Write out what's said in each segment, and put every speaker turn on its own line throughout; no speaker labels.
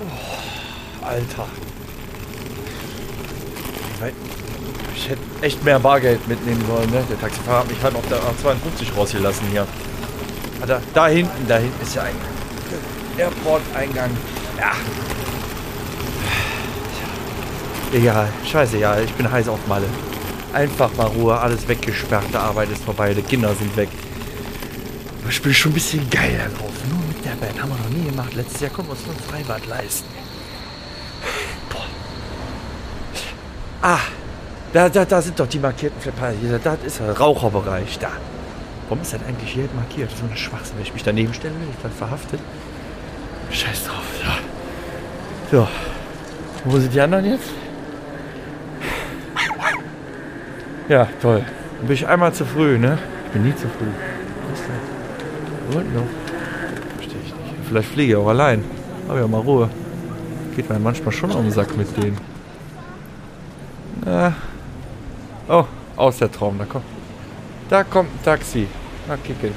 Oh, Alter. Wie weit- Ich hätte echt mehr Bargeld mitnehmen sollen, ne? Der Taxifahrer hat mich halt auf der A52 rausgelassen hier. Ah, Da, da hinten, da hinten ist ja ein Airport-Eingang. Ja. Egal, scheißegal, ich bin heiß auf Malle. Einfach mal Ruhe, alles weggesperrt, die Arbeit ist vorbei, die Kinder sind weg. Aber Ich bin schon ein bisschen geil darauf. Nur mit der Band haben wir noch nie gemacht. Letztes Jahr konnten wir uns nur ein Freibad leisten. Boah. Ah, da, da, da sind doch die markierten Flipper. Hier, Da ist der Raucherbereich, da. Warum ist das eigentlich hier markiert? So eine Schwachsinn. Wenn ich mich daneben stelle, werde ich dann verhaftet. Scheiß drauf. So. so. Wo sind die anderen jetzt? Ja, toll. Dann bin ich einmal zu früh, ne? Ich bin nie zu früh. Was denn? Und noch? Verstehe ich nicht. Vielleicht fliege ich auch allein. Hab ja mal Ruhe. Geht mir manchmal schon um den Sack mit denen. Na. Oh, aus der Traum. Da kommt, da kommt ein Taxi. Na, kicken.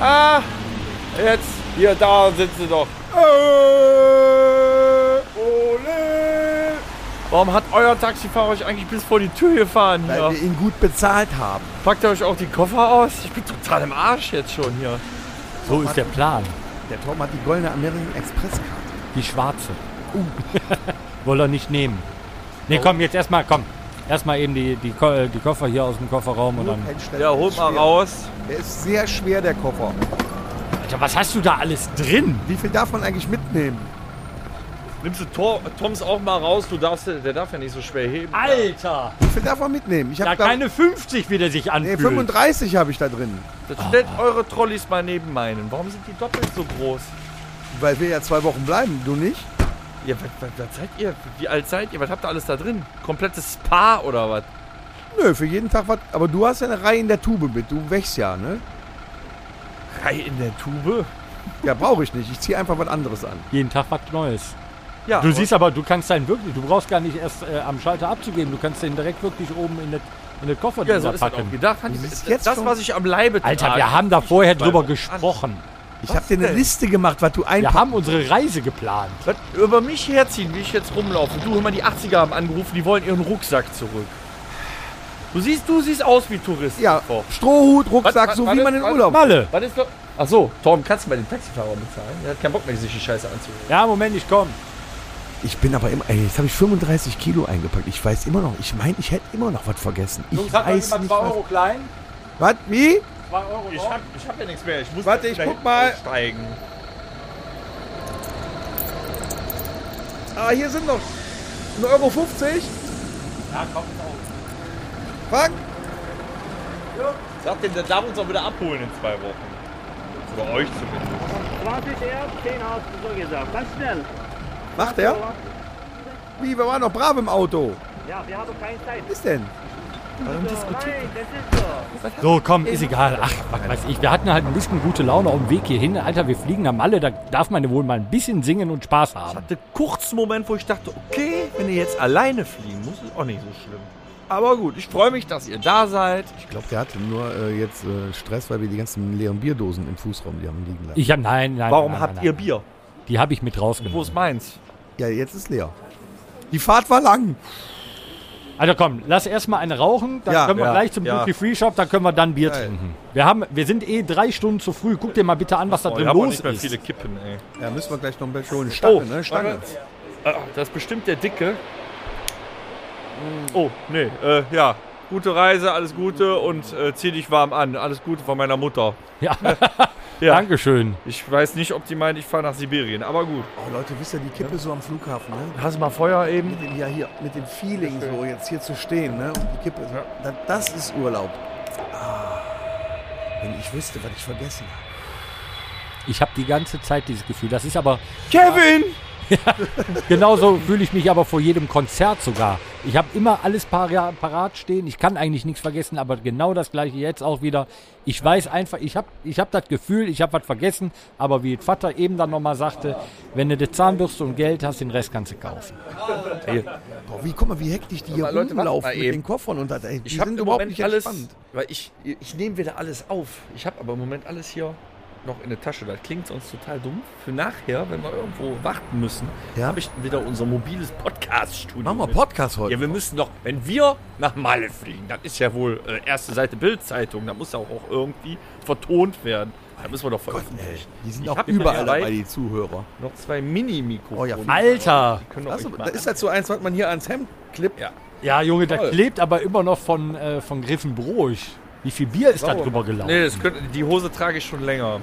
Ah, jetzt. Hier, da sitzt sie doch. Äh, ole. Warum hat euer Taxifahrer euch eigentlich bis vor die Tür gefahren?
Weil
hier?
wir ihn gut bezahlt haben.
Packt ihr euch auch die Koffer aus? Ich bin total im Arsch jetzt schon hier.
So ist der Plan.
Der Tom hat die goldene American Express-Karte.
Die schwarze. Wollt er nicht nehmen. Nee, komm, jetzt erstmal, komm. Erstmal eben die, die, Ko- äh, die Koffer hier aus dem Kofferraum und
Nur
dann.
kein Stempel,
Ja,
ist
holt mal
schwer.
raus.
Der ist sehr schwer, der Koffer.
Alter, was hast du da alles drin?
Wie viel darf man eigentlich mitnehmen?
Nimmst du Tor, Toms auch mal raus? Du darfst, der darf ja nicht so schwer heben.
Alter!
Wie viel darf man mitnehmen? Ich
Da
habe
keine 50, wie der sich
Nee,
anfühlt.
35 habe ich da drin.
Jetzt stellt eure Trolleys mal neben meinen. Warum sind die doppelt so groß?
Weil wir ja zwei Wochen bleiben, du nicht?
Ihr, was, was, was seid ihr? Wie alt seid ihr? Was habt ihr alles da drin? Komplettes Spa oder was?
Nö, für jeden Tag was. Aber du hast ja eine Reihe in der Tube mit. Du wächst ja, ne?
Drei in der Tube?
Ja, brauche ich nicht. Ich ziehe einfach was anderes an.
Jeden Tag was Neues.
Ja.
Du siehst aber, du kannst deinen wirklich, du brauchst gar nicht erst äh, am Schalter abzugeben. Du kannst den direkt wirklich oben in den in den Koffer
ja,
drin
so ist das auch
packen.
gedacht. Hat-
siehst jetzt
das,
schon-
was ich am Leibe trage.
Alter, wir haben da vorher
Weil-
drüber gesprochen.
Ich
Was
habe dir eine
denn?
Liste gemacht, was du
Wir
einpackst.
haben unsere Reise geplant.
Was, über mich herziehen, wie ich jetzt rumlaufe. Du, hör mal, die 80er haben angerufen, die wollen ihren Rucksack zurück. Du siehst, du siehst aus wie Tourist.
Ja,
Vor.
Strohhut, Rucksack,
Was-
so
was-
wie man in
was-
Urlaub.
Malle!
Was ist doch. Ach so, Torben, kannst du mal den Taxifahrer bezahlen? Der hat keinen Bock mehr, sich die Scheiße anzuhören.
Ja, Moment, ich komm.
Ich bin aber immer. Ey, jetzt habe ich 35 Kilo eingepackt. Ich weiß immer noch. Ich meine, ich hätte immer noch was vergessen. Ich
Jungs, hat noch
weiß
jemand
nicht
2
was.
Euro klein?
Was? Wie?
2 Euro
Ich
noch?
hab, ich hab ja nichts mehr. Ich muss
Warte,
jetzt
ich
gleich
guck mal.
Aussteigen.
Ah, hier sind noch 1,50 Euro.
Ja, komm, komm.
Frank?
Sag dem, der darf uns auch wieder abholen in zwei Wochen. Oder euch zumindest.
20 Erb, 10 hast du so gesagt. Ganz schnell.
Macht er? Wie, wir waren noch brav im Auto.
Ja, wir haben keine Zeit.
Was ist denn?
Warum
Nein, das ist so.
So, komm, ist egal. Ach, was weiß ich. Wir hatten halt ein bisschen gute Laune auf dem Weg hierhin. Alter, wir fliegen am Malle. Da darf man ja wohl mal ein bisschen singen und Spaß
Ich
haben.
hatte kurzen Moment, wo ich dachte, okay, wenn ihr jetzt alleine fliegen muss, ist auch nicht so schlimm. Aber gut, ich freue mich, dass ihr da seid.
Ich glaube, der hatte nur äh, jetzt äh, Stress, weil wir die ganzen leeren Bierdosen im Fußraum, die haben liegen lassen.
Ich hab, nein, nein.
Warum
nein, nein,
habt
nein,
ihr
nein.
Bier?
Die habe ich mit
Wo ist
rausgenommen.
meins?
ja, jetzt ist leer. Die Fahrt war lang.
Also komm, lass erstmal eine rauchen. Dann
Ja,
können wir
ja,
gleich zum
ja.
Duty Free Shop. Dann können wir dann Bier
Geil.
trinken. Wir, haben, wir sind eh drei Stunden zu früh. Guck dir mal bitte an, was da
Oh,
drin
ich hab auch
los
nicht mehr
ist.
viele Kippen, ey.
Ja, müssen wir gleich noch ein bisschen holen. Stange,
Oh,
ne? Stange.
warte. Ah, das ist bestimmt der Dicke. Oh, nee, äh, ja. Gute Reise, alles Gute und äh, zieh dich warm an. Alles Gute von meiner Mutter.
Ja.
Ja.
Dankeschön.
Ich weiß nicht, ob die meint, ich fahre nach Sibirien, aber gut.
Oh, Leute, wisst ihr, die Kippe so am Flughafen, ne?
Hast du mal Feuer eben?
Mit dem, ja, hier, mit dem Feeling so, jetzt hier zu stehen, ne? Und die Kippe, da, das ist Urlaub. Ah, wenn ich wüsste, was ich vergessen habe.
Ich habe die ganze Zeit dieses Gefühl. Das ist aber
Kevin!
Genauso fühle ich mich aber vor jedem Konzert sogar. Ich habe immer alles para- parat stehen. Ich kann eigentlich nichts vergessen, aber genau das gleiche jetzt auch wieder. Ich weiß einfach, ich habe ich hab das Gefühl, ich habe was vergessen, aber wie Vater eben dann nochmal sagte, wenn du die Zahnbürste und Geld hast, den Rest kannst du kaufen.
Boah, wie, guck mal, wie hektisch die hier
Aber Leute,
rumlaufen
warte mal
mit
eben.
den Koffern und das, ey, die
Ich habe
sind überhaupt nicht
alles,
entspannt.
weil ich, ich nehme wieder alles auf. Ich habe aber im Moment alles hier noch in der Tasche. Das klingt sonst total dumm. Für nachher, wenn wir irgendwo warten müssen,
Ja.
habe ich wieder unser mobiles Podcast-Studio.
Machen wir
mit.
Podcast heute.
Ja, wir müssen doch, wenn wir nach Malle fliegen, das ist ja wohl äh, erste Seite Bild-Zeitung, da muss ja auch, auch irgendwie vertont werden. Da müssen wir doch veröffentlichen.
Die sind
Ich
auch
hab
überall
dabei
dabei, die Zuhörer.
Noch zwei Mini-Mikrofone.
Oh ja,
Alter!
Können wir
Achso,
euch
da
mal
ist das so eins, was man hier ans Hemd klippt.
Ja.
Ja, Junge, da
Toll.
klebt aber immer noch von, äh, von Griffenbroich. Wie viel Bier ist da
Warum?
drüber gelaufen?
Nee, das könnte, die Hose trage ich schon länger.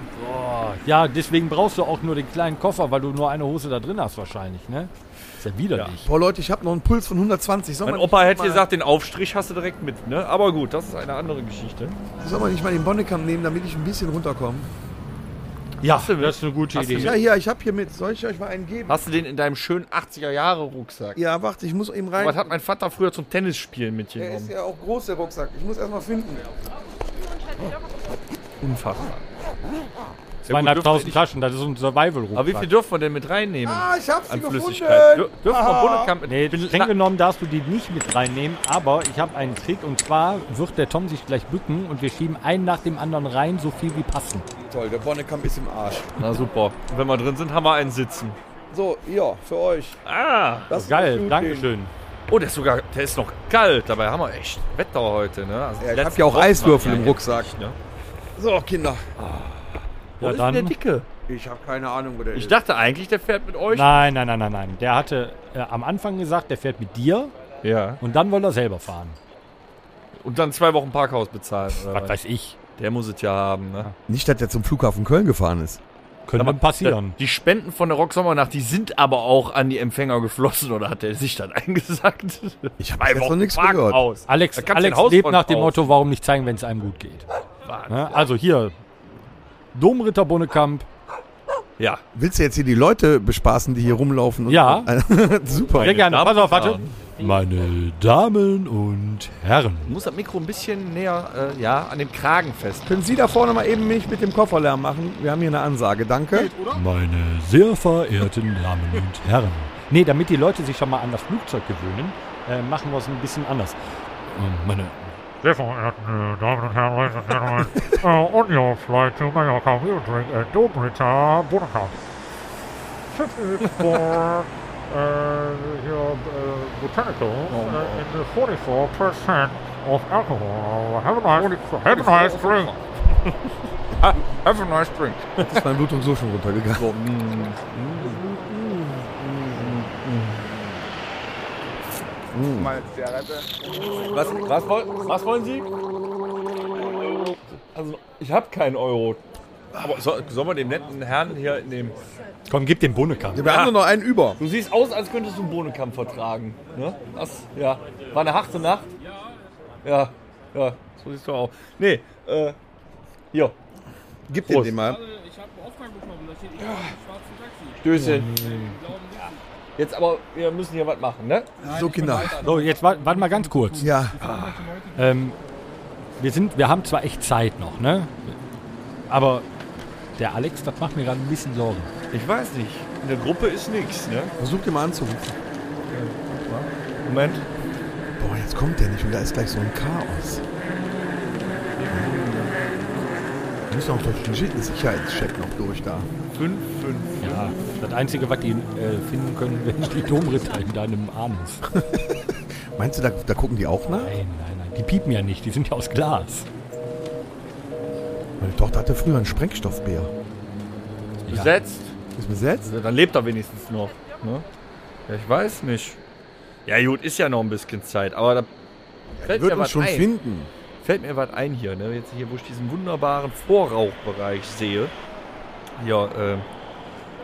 Ja, deswegen brauchst du auch nur den kleinen Koffer, weil du nur eine Hose da drin hast wahrscheinlich, ne? Ist ja widerlich.
Boah, Leute, ich habe noch einen Puls von 120. Soll
Mein
man,
Opa hätte gesagt, den Aufstrich hast du direkt mit, ne? Aber gut, das ist eine andere Geschichte.
soll man nicht mal den Bonnekamm nehmen, damit ich ein bisschen runterkomme?
Ja, das ist eine gute
hast du
Idee.
Ja, hier, ich habe hier mit. Soll ich euch mal einen geben?
Hast du den in deinem schönen 80er-Jahre-Rucksack?
Ja, warte, ich muss eben rein.
Was hat mein Vater früher zum Tennisspielen
Der ist
mitgenommen?
ja auch groß, der Rucksack. Ich muss erst mal finden.
Unfassbar. Ja, gut, dürfte
2.500
nicht-
Taschen, das ist ein survival
Aber wie viel dürfen wir denn mit reinnehmen?
Ah, ich hab sie
an
gefunden.
Flüssigkeit. Dür dürfen wir
Ah.
Bundeskampf mit?
Nee,
Ich bin
streng genommen darfst du die nicht mit reinnehmen, aber ich habe einen Trick und zwar wird der Tom sich gleich bücken und wir schieben einen nach dem anderen rein, so viel wie passen.
Toll, der Bonnekamp ist im Arsch.
Na super. Und wenn wir drin sind, haben wir einen Sitzen.
So, ja, für euch.
Ah!
Das ist
Geil,
gut gehen.
Dankeschön.
Oh, der ist sogar, der ist noch kalt. Dabei haben wir echt Wetter heute, ne? Also
Ja, ich
letzten
hab ja auch
Wochen
Eiswürfel
hatten wir
im Rucksack.
echt, ne?
So, Kinder.
Wo
Ja,
ist denn der
dann.
Dicke?
Ich habe keine Ahnung, wo der
Ich
ist.
dachte eigentlich, der fährt mit euch.
Nein, nein, nein, nein, nein. Der hatte äh, am Anfang gesagt, der fährt mit dir
Ja.
und dann wollte er selber fahren.
Und dann zwei Wochen Parkhaus bezahlen. Oder
Was
was?
weiß ich.
Der muss es ja haben, ne?
Nicht, dass der zum Flughafen Köln gefahren ist.
Könnte
Aber
passieren.
Die Spenden von der Rocksommernacht, die sind aber auch an die Empfänger geflossen, oder hat er sich dann eingesagt?
Ich hab
Zwei
jetzt noch
Wochen
nichts gehört.
Parkhaus. Da
Alex,
kannst du den
Alex
Hausfreund
lebt nach dem
raus.
Motto, warum nicht zeigen, wenn es einem gut geht.
Wahnsinn.
Ne? Also hier, Domritter Bonnekamp.
Ja.
Willst du jetzt hier die Leute bespaßen, die hier rumlaufen? und-
Ja.
Super.
Sehr gerne.
Damen
Pass auf,
und
warte.
Herren.
Meine Damen und
Du
Herren.
musst das Mikro ein bisschen näher äh, ja, an dem Kragen fest.
Können Sie da vorne mal eben mich mit dem Koffer lärm machen? Wir haben hier eine Ansage, danke.
Meine sehr verehrten Damen und Herren. Nee, damit die Leute sich schon mal an das Flugzeug gewöhnen, äh, machen wir es ein bisschen anders. Ähm, Meine
Sehr verehrten äh, Damen und Herren, Ladies and Gentlemen, uh, on your flight to Mallorca, we will drink a Dobrita Bonacamp. This is for uh, your uh, botanical uh, in the 44% of alcohol. Have a nice, have a nice drink.
Have a nice drink.
Ist mein Blutung so schon runtergegangen.
Was, was, woll- was wollen Sie? Also, ich habe keinen Euro. Aber so, sollen wir dem netten Herrn hier in dem.
Komm, gib den Bonnekamp.
Wir haben nur noch einen über.
Du siehst aus, als könntest du einen Bohnenkampf vertragen. Ne? Das, ja. War eine harte Nacht? Ja. Ja, so siehst du auch. Nee, äh, hier.
Gib
Prost.
dir den mal.
Ich habe einen Auftrag bekommen, da steht ich ja. im schwarzen Taxi.
Stößchen. Jetzt aber, wir müssen hier was machen, ne?
So, Kinder.
So, jetzt wa- warte mal ganz kurz.
Ja,
Ähm, wir, sind, wir haben zwar echt Zeit noch, ne? Aber der Alex, das macht mir gerade ein bisschen Sorgen.
Ich weiß nicht. In der Gruppe ist nichts, ne?
versuch dir mal anzurufen.
Moment.
Boah, jetzt kommt der nicht und da ist gleich so ein Chaos. Wir müssen Hm. auch durch den Sicherheitscheck noch durch da.
5, 5.
Ja, das Einzige, was die äh, finden können, wenn die Domritter in deinem Anus.
Meinst du, da, da gucken die auch nach?
Nein, nein, nein. Die piepen ja nicht, die sind ja aus Glas.
Meine Tochter hatte früher ein Sprengstoffbär.
Besetzt. Also,
Ist besetzt?
Dann lebt er wenigstens noch. Ne? Ja, ich weiß nicht. Ja, gut, ist ja noch ein bisschen Zeit, aber da fällt,
Wird
mir
uns
was
schon
ein.
finden.
fällt mir was ein hier. Ne? Jetzt hier, wo ich diesen wunderbaren Vorrauchbereich sehe. Ja, ähm,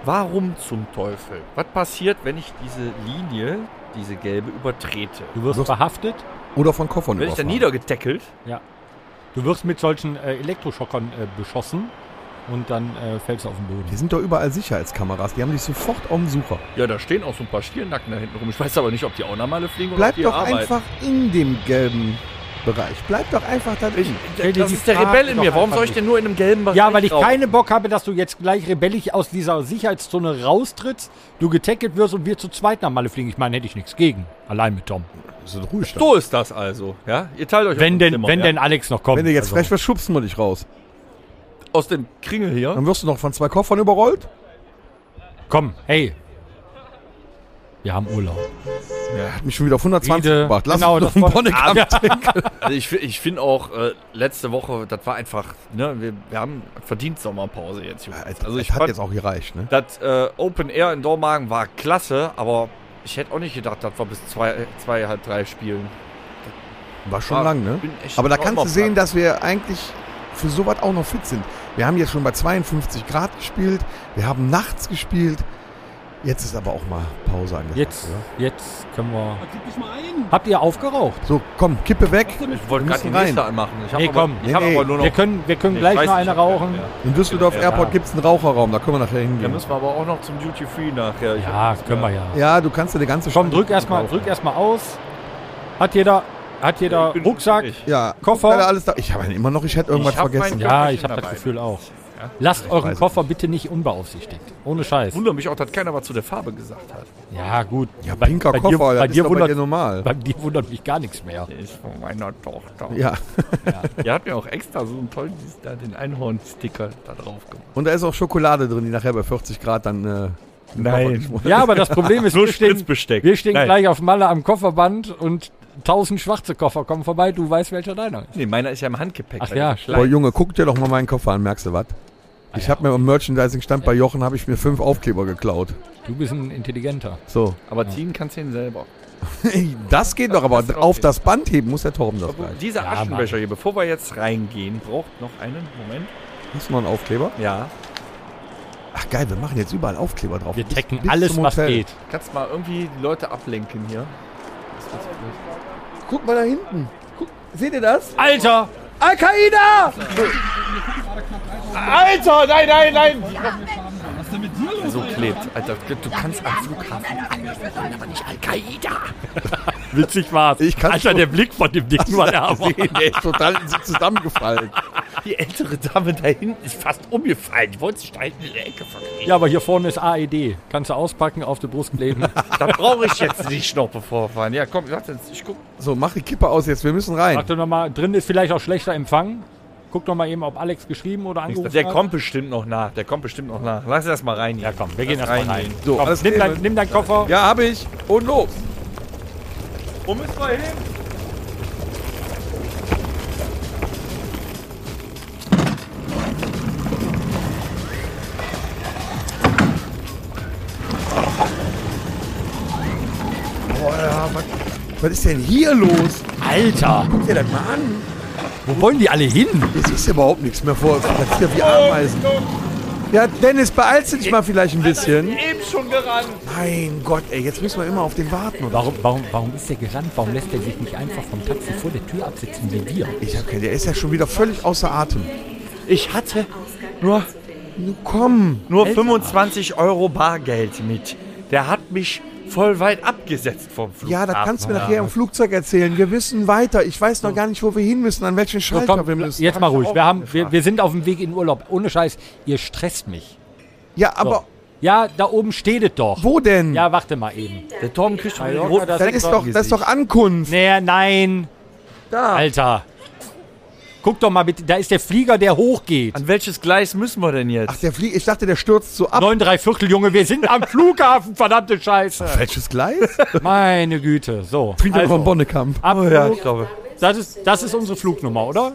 warum zum Teufel? Was passiert, wenn ich diese Linie, diese gelbe, übertrete?
Du wirst
Wirst-
verhaftet,
Oder von Koffern
Werde ich dann
überfahren.
niedergetackelt?
du wirst mit solchen äh, Elektroschockern äh, beschossen und dann äh, fällst du auf den
Hier
Boden.
sind doch überall Sicherheitskameras. Die haben dich sofort auf dem Sucher.
Ja, da stehen auch so ein paar Stiernacken da hinten rum. Ich weiß aber nicht, ob die auch noch mal fliegen oder ob
Bleib
die
doch
arbeiten.
einfach in dem gelben Bereich. Bleib doch einfach da drin.
Stell dir
Das
die
ist der
Frage
Rebell in
doch
mir. Warum
einfach
soll ich
nicht.
denn nur in einem gelben Bereich
Ja, weil ich
rauchen?
keinen Bock habe, dass du jetzt gleich rebellisch aus dieser Sicherheitszone raustrittst, du getackelt wirst und wir zu zweit nach Malle fliegen. Ich meine, hätte ich nichts gegen. Allein mit Tom.
Das ist ruhig.
So ist das also, ja? Ihr teilt euch auf
Wenn
ein
denn,
Zimmer,
wenn
ja?
denn Alex noch kommt.
Wenn du jetzt
Also,
frech was schubsen wir dich raus.
aus dem Kringel hier.
Dann wirst du noch von zwei Koffern überrollt.
Komm, hey. Wir haben Urlaub.
Hat mich schon wieder auf 120
Friede.
gebracht. Lass
Genau,
uns noch
das
einen
wollte-
Bonneck ab.
Also ich fi- ich finde auch, äh, letzte Woche, das war einfach, ne, wir, wir haben verdient Sommerpause jetzt. Jungs.
Also ich
fand-
hat jetzt auch gereicht, ne?
Das äh, Open Air in Dormagen war klasse, aber ich hätte auch nicht gedacht, dass wir bis zwei, zweieinhalb, drei spielen.
War schon
Ah,
lang, ne?
bin echt
Aber da
noch
kannst du
immer
sehen,
platt.
dass wir eigentlich für sowas auch noch fit sind. Wir haben jetzt schon bei 52 Grad gespielt, wir haben nachts gespielt. Jetzt ist aber auch mal Pause angesagt.
Jetzt,
Oder?
jetzt können wir.
Gib dich mal ein.
Habt ihr aufgeraucht?
So, komm, Kippe weg.
Ich wollte gerade die
müssen rein.
nächste anmachen. Ich hab
Nee,
aber,
komm.
Ich hab
Nee,
aber
nee.
nur noch.
Wir können, wir können
Genau. Nee, ich
gleich
weiß
noch
nicht,
eine
ich hab keine,
rauchen.
ja.
In Düsseldorf
Ja.
Airport gibt's einen Raucherraum, da können wir nachher
Da
hingehen.
müssen wir aber auch noch zum Duty Free nachher. Ich Genau.
Ja,
hab-
können wir ja.
Ja, du kannst dir die ganze
Komm,
Scheiße
drück erstmal
kaufen.
drück erstmal aus. Hat jeder, hat jeder
Ich bin-
Rucksack?
ich-
Ja,
Koffer.
leider Alles da. Ich habe immer noch, ich hätte irgendwas
Ich hab
vergessen.
meinen-
Ja, ich
Köfferchen
habe das
dabei.
Gefühl auch. Lasst euren
weiß
Koffer bitte nicht unbeaufsichtigt. Ohne Scheiß.
Wundere mich auch, dass keiner was zu der Farbe gesagt hat.
Ja, gut.
Ja, pinker Koffer,
dir,
das
bei,
ist genau-
dir
doch bei
wundert,
dir normal.
bei dir wundert mich gar nichts mehr.
Der ist von meiner Tochter.
Ja,
Die hat mir auch extra so einen tollen, dies- da den Einhorn-Sticker da drauf gemacht.
und da ist auch Schokolade drin, die nachher bei 40 Grad dann. Äh, im
Nein.
Koffer geschmolzen-
Ja, aber das Problem ist,
Nur
wir stehen,
Spritzbesteck.
wir stehen
Nein.
gleich auf Malle am Kofferband und tausend schwarze Koffer kommen vorbei. Du weißt, welcher deiner ist.
Nee, meiner ist ja im Handgepäck.
Ach
weil
ja.
ich
Boah,
klein-
Junge, guck dir doch mal meinen Koffer an, merkst du was?
Ah
Ich habe mir am Merchandising-Stand bei Jochen habe ich mir fünf Aufkleber geklaut.
Du bist ein Intelligenter.
So,
Aber ziehen kannst du ihn selber.
das geht doch, aber
kannst du
auf
draufgehen.
das Band heben muss der Torben das gleich.
Dieser
Ja,
Aschenbecher hier, bevor wir jetzt reingehen, braucht noch einen Moment.
Hast du noch einen Aufkleber?
Ja.
Ach geil, wir machen jetzt überall Aufkleber drauf.
Wir
Bis-
decken
bis
alles,
zum
was
Hotel.
geht.
Kannst mal irgendwie die Leute ablenken hier.
Guck mal da hinten. Guck, seht ihr das?
Alter!
Al-Qaida!
Alter, nein, nein, nein!
Was ist denn mit dir los?
So klebt. Alter, du kannst am Flughafen angegriffen, aber nicht Al-Qaida.
Witzig war's.
Ich kann's
Alter,
schon-
der Blick von dem Dicken war der Hammer.
Der ist total in sich zusammengefallen.
Die ältere Dame da hinten ist fast umgefallen. Die wollte sich da hinten in die Ecke verkriegen.
Ja, aber hier vorne ist AED. Kannst du auspacken, auf die Brust kleben.
Da brauche ich jetzt nicht noch bevor wir fahren. Ja, komm, warte, ich guck.
So, mach die Kippe aus jetzt, wir müssen rein.
Warte nochmal, drin ist vielleicht auch schlechter Empfang. Guck doch mal eben, ob Alex geschrieben oder
Oh,
angerufen
Der
hat.
kommt bestimmt noch nach. Der kommt bestimmt noch nach. Lass erst mal rein.
Ja,
hier.
komm, wir gehen
Lass
erstmal rein.
reingehen.
So,
Komm,
alles
nimm, dein,
nehmen.
nimm deinen Koffer.
Ja, habe ich. Und los.
Wo müssen wir hin?
Was ist denn hier los?
Alter,
Guck dir das mal an.
wo wollen die alle hin?
Jetzt ist ja überhaupt nichts mehr vor. Das ist ja wie Ameisen. Ja, Dennis, beeilst du dich mal vielleicht ein bisschen.
Eben schon gerannt.
Mein Gott, ey, jetzt müssen wir immer auf den warten. Oder?
Warum, warum, warum ist der gerannt? Warum lässt er sich nicht einfach vom Taxi vor der Tür absitzen wie wir?
Ich hab keine, der ist ja schon wieder völlig außer Atem.
Ich hatte nur,
Nun komm.
nur 25 Euro Bargeld mit. Der hat mich voll weit abgesetzt vom Flughafen.
Ja, das kannst du mir nachher im Flugzeug erzählen. Wir wissen weiter. Ich weiß noch gar nicht, wo wir hin müssen, an welchen
So,
Schalter
komm,
wir müssen.
jetzt mal ruhig. Wir, haben, wir, wir sind auf dem Weg in Urlaub. Ohne Scheiß, ihr stresst mich.
Ja, aber
Ja, da oben steht es doch.
wo denn?
Ja, warte mal eben.
Der Tom kriegt schon wieder
Mallorca,
die roten
das-
das, ist doch, das ist doch Ankunft.
Nee, nein.
Da.
Alter. Guck doch mal bitte, da ist der Flieger, der hochgeht.
An welches Gleis müssen wir denn
Ach,
jetzt?
der Flieg, ich dachte, der stürzt so ab.
Neun, drei Viertel, Junge, wir sind am Flughafen, verdammte Scheiße.
Welches Gleis?
Meine Güte, so. Also,
Friedrich von Bonnekamp.
ab,
ich glaube.
das, ist, das ist unsere Flugnummer, oder?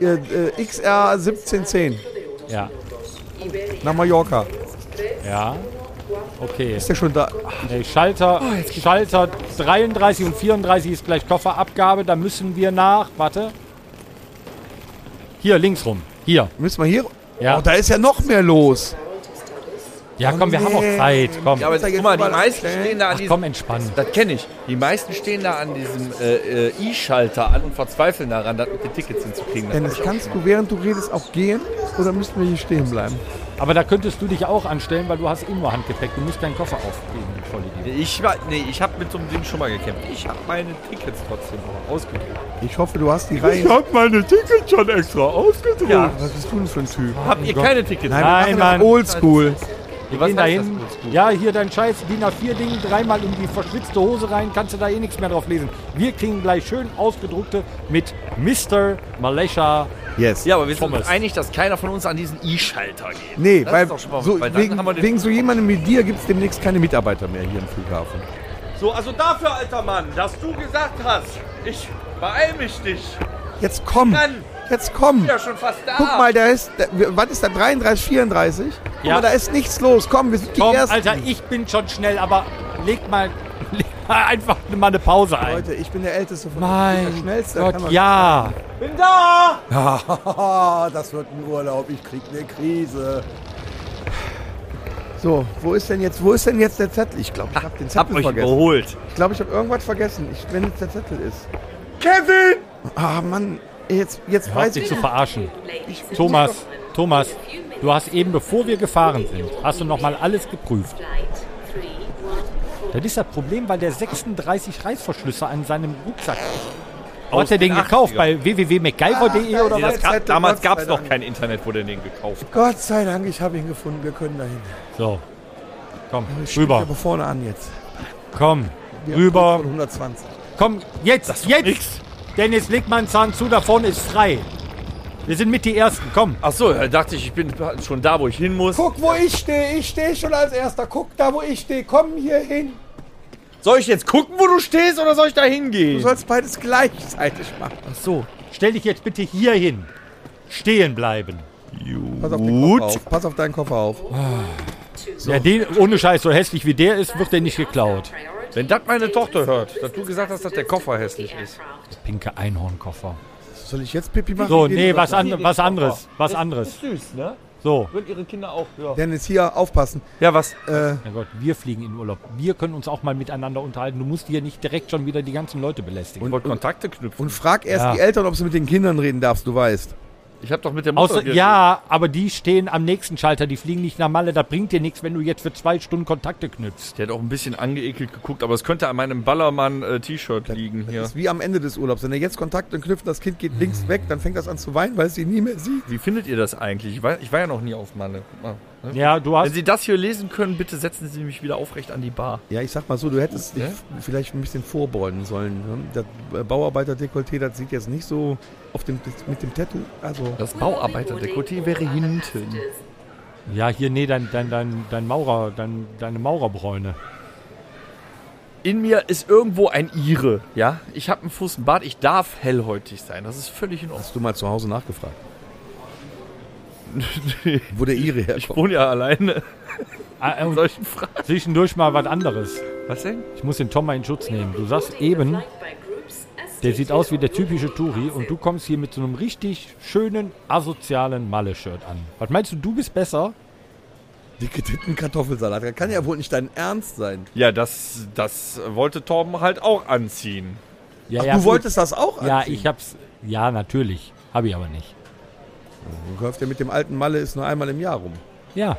Äh, äh, XR 1710
Ja.
nach Mallorca.
Ja. Okay.
Ist der schon da?
Nee, Schalter,
Oh,
Schalter 33 und 34 ist gleich Kofferabgabe. Da müssen wir nach. Warte. Hier, links rum. Hier.
Müssen wir hier?
Ja.
Oh, da ist ja noch mehr los.
Ja, komm, wir
nee.
haben auch Zeit. Komm,
Ja, aber
da
guck
jetzt
mal, die
überall
meisten
abstellen?
stehen da an
Ach,
diesem...
komm entspannen.
Das kenne ich. Die meisten stehen da an diesem äh, äh, E-Schalter an und verzweifeln daran, dass die Tickets hinzukriegen. Das
Dennis,
hab ich
kannst du während du redest auch gehen oder müssen wir hier stehen bleiben?
Aber da könntest du dich auch anstellen, weil du hast eh nur Handgepäck. Du musst deinen Koffer aufgeben, du Vollidiot.
Ich war, nee, ich habe mit so einem Ding schon mal gekämpft. Ich habe meine Tickets trotzdem aber ausgedruckt.
Ich hoffe, du hast die Reihe.
habe meine Tickets schon extra ausgedruckt. Ja.
Was bist du denn für ein Typ?
Habt ihr keine Tickets?
Nein,
wir machen
Mann.
das Oldschool.
Wir
Was
gehen
heißt das
dahin.
Blutsbuch?
Ja, hier dein scheiß DIN A4-Ding, dreimal in die verschwitzte Hose rein, kannst du da eh nichts mehr drauf lesen. Wir kriegen gleich schön ausgedruckte mit Mr. Malesha.
Yes.
Ja, aber wir sind
Thomas.
uns einig, dass keiner von uns an diesen i-Schalter geht.
Nee,
Das
weil
ist doch schon mal-
so,
weil dann
wegen,
haben wir den-
wegen so jemandem wie dir gibt es demnächst keine Mitarbeiter mehr hier im Flughafen.
So, also dafür, alter Mann, dass du gesagt hast, ich beeil mich nicht.
Jetzt komm!
Mann.
Jetzt komm!
Ich bin ja schon fast da.
Guck mal, da ist. Da, was ist da? 33, 34? Guck
Ja.
mal, da ist nichts los. Komm, wir sind die
Komm,
ersten.
Alter, ich bin schon schnell, aber leg mal, leg mal einfach mal eine Pause ein.
Leute, ich bin der Älteste von uns. Ich bin
Mein
der Schnellste. da kann
Gott,
man-
ja.
bin da.
Hahaha, das wird ein Urlaub, ich krieg eine Krise.
So, wo ist denn jetzt, wo ist denn jetzt der Zettel? Ich glaube, ich
Ah,
habe den
Hab
Zettel
euch
vergessen.
überholt.
Ich glaube, ich habe irgendwas vergessen, ich, wenn jetzt der Zettel ist.
Kevin!
Ah, Mann, jetzt, jetzt
Hör auf,
weiß
dich
ich.
zu verarschen. Thomas, Thomas, du hast eben, bevor wir gefahren sind, hast du nochmal alles geprüft. Das ist das Problem, weil der 36 Reißverschlüsse an seinem Rucksack ist. Wo hat er den gekauft? Bei
Ah,
www.mcgyver.de E oder
Nee,
was?
das gab,
Zettel,
damals
Gott
gab es
sei
noch
Dank.
kein Internet, wo du den gekauft
Gott sei Dank, ich habe ihn gefunden. Wir können dahin.
So, komm,
Ich steck
rüber,
Aber vorne an jetzt.
komm,
Wir
rüber,
Von 120.
komm, jetzt, jetzt! Dennis, leg mal einen Zahn zu, da vorne ist frei. Wir sind mit die Ersten, komm.
Ach so, da dachte ich, ich bin schon da, wo ich hin muss.
Guck, wo ich stehe, ich stehe schon als erster. Guck da, wo ich stehe, komm hier hin.
Soll ich jetzt gucken, wo du stehst, oder soll ich da
Du
hingehen?
sollst beides gleichzeitig machen.
Ach so, stell dich jetzt bitte hier hin. Stehen bleiben.
Pass auf den Koffer auf. Pass auf deinen Koffer auf.
Ja, den, ohne Scheiß, so hässlich wie der ist, wird der nicht geklaut.
Wenn das meine Tochter hört, dass du gesagt hast, dass der Koffer hässlich ist.
Pinke Einhornkoffer.
Soll ich jetzt Pipi machen?
So,
Gehen
nee,
oder-
was, an, was anderes. Was anderes.
süß, ne?
So.
Würden ihre Kinder auch hören.
Dennis, hier, aufpassen.
Ja, was?
Äh,
Mein Gott, wir fliegen in Urlaub. Wir können uns auch mal miteinander unterhalten. Du musst hier nicht direkt schon wieder die ganzen Leute belästigen.
Ich wollte Kontakte knüpfen.
und frag erst
Ja.
die Eltern, ob sie mit den Kindern reden darfst, du weißt.
Ich habe doch mit der Mutter
Außer, ja, aber die stehen am nächsten Schalter. Die fliegen nicht nach Malle. Das bringt dir nichts, wenn du jetzt für zwei Stunden Kontakte knüpfst.
Der hat auch ein bisschen angeekelt geguckt, aber es könnte an meinem Ballermann-T-Shirt liegen hier.
Ist wie am Ende des Urlaubs. Wenn er jetzt Kontakt und knüpft, das Kind geht links weg, dann fängt das an zu weinen, weil es ihn nie mehr sieht.
Wie findet ihr das eigentlich? Ich war, ich war ja noch nie auf Malle. Guck mal, ne?
Ja, du
Wenn
hast.
Sie das hier lesen können, bitte setzen Sie mich wieder aufrecht an die Bar.
Ja, ich sag mal so, du hättest dich
Ja?
vielleicht ein bisschen vorbeugen sollen. ne? Das äh, Bauarbeiter-Dekolleté, das sieht jetzt nicht so auf dem, mit dem Tattoo. Also,
Das Bauarbeiterdekolleté wäre hinten.
Ja, hier, nee, dein, dein, dein, dein Maurer, dein, deine Maurerbräune.
In mir ist irgendwo ein Ire, ja? Ich habe einen Fuß im Bart, ich darf hellhäutig sein. Das ist völlig in Ordnung.
hast du mal zu Hause nachgefragt? Wo der Ire
Ich
herkommt.
wohne ja alleine.
Ah, äh, und
Solchen Fragen.
zwischendurch mal was anderes.
Was denn?
Ich muss den Tom mal in Schutz nehmen. Du sagst eben, Der sieht aus wie der typische Touri und du kommst hier mit so einem richtig schönen, asozialen Malle-Shirt an. Was meinst du, du bist besser?
Dicke Titten Kartoffelsalat. Das kann ja wohl nicht dein Ernst sein.
Ja, das, das wollte Torben halt auch anziehen.
Ja,
Ach, du wolltest das auch
Ja,
anziehen?
ich hab's. Ja, natürlich. Hab ich aber nicht.
Du kaufst ja mit dem alten Malle ist nur einmal im Jahr rum.
Ja.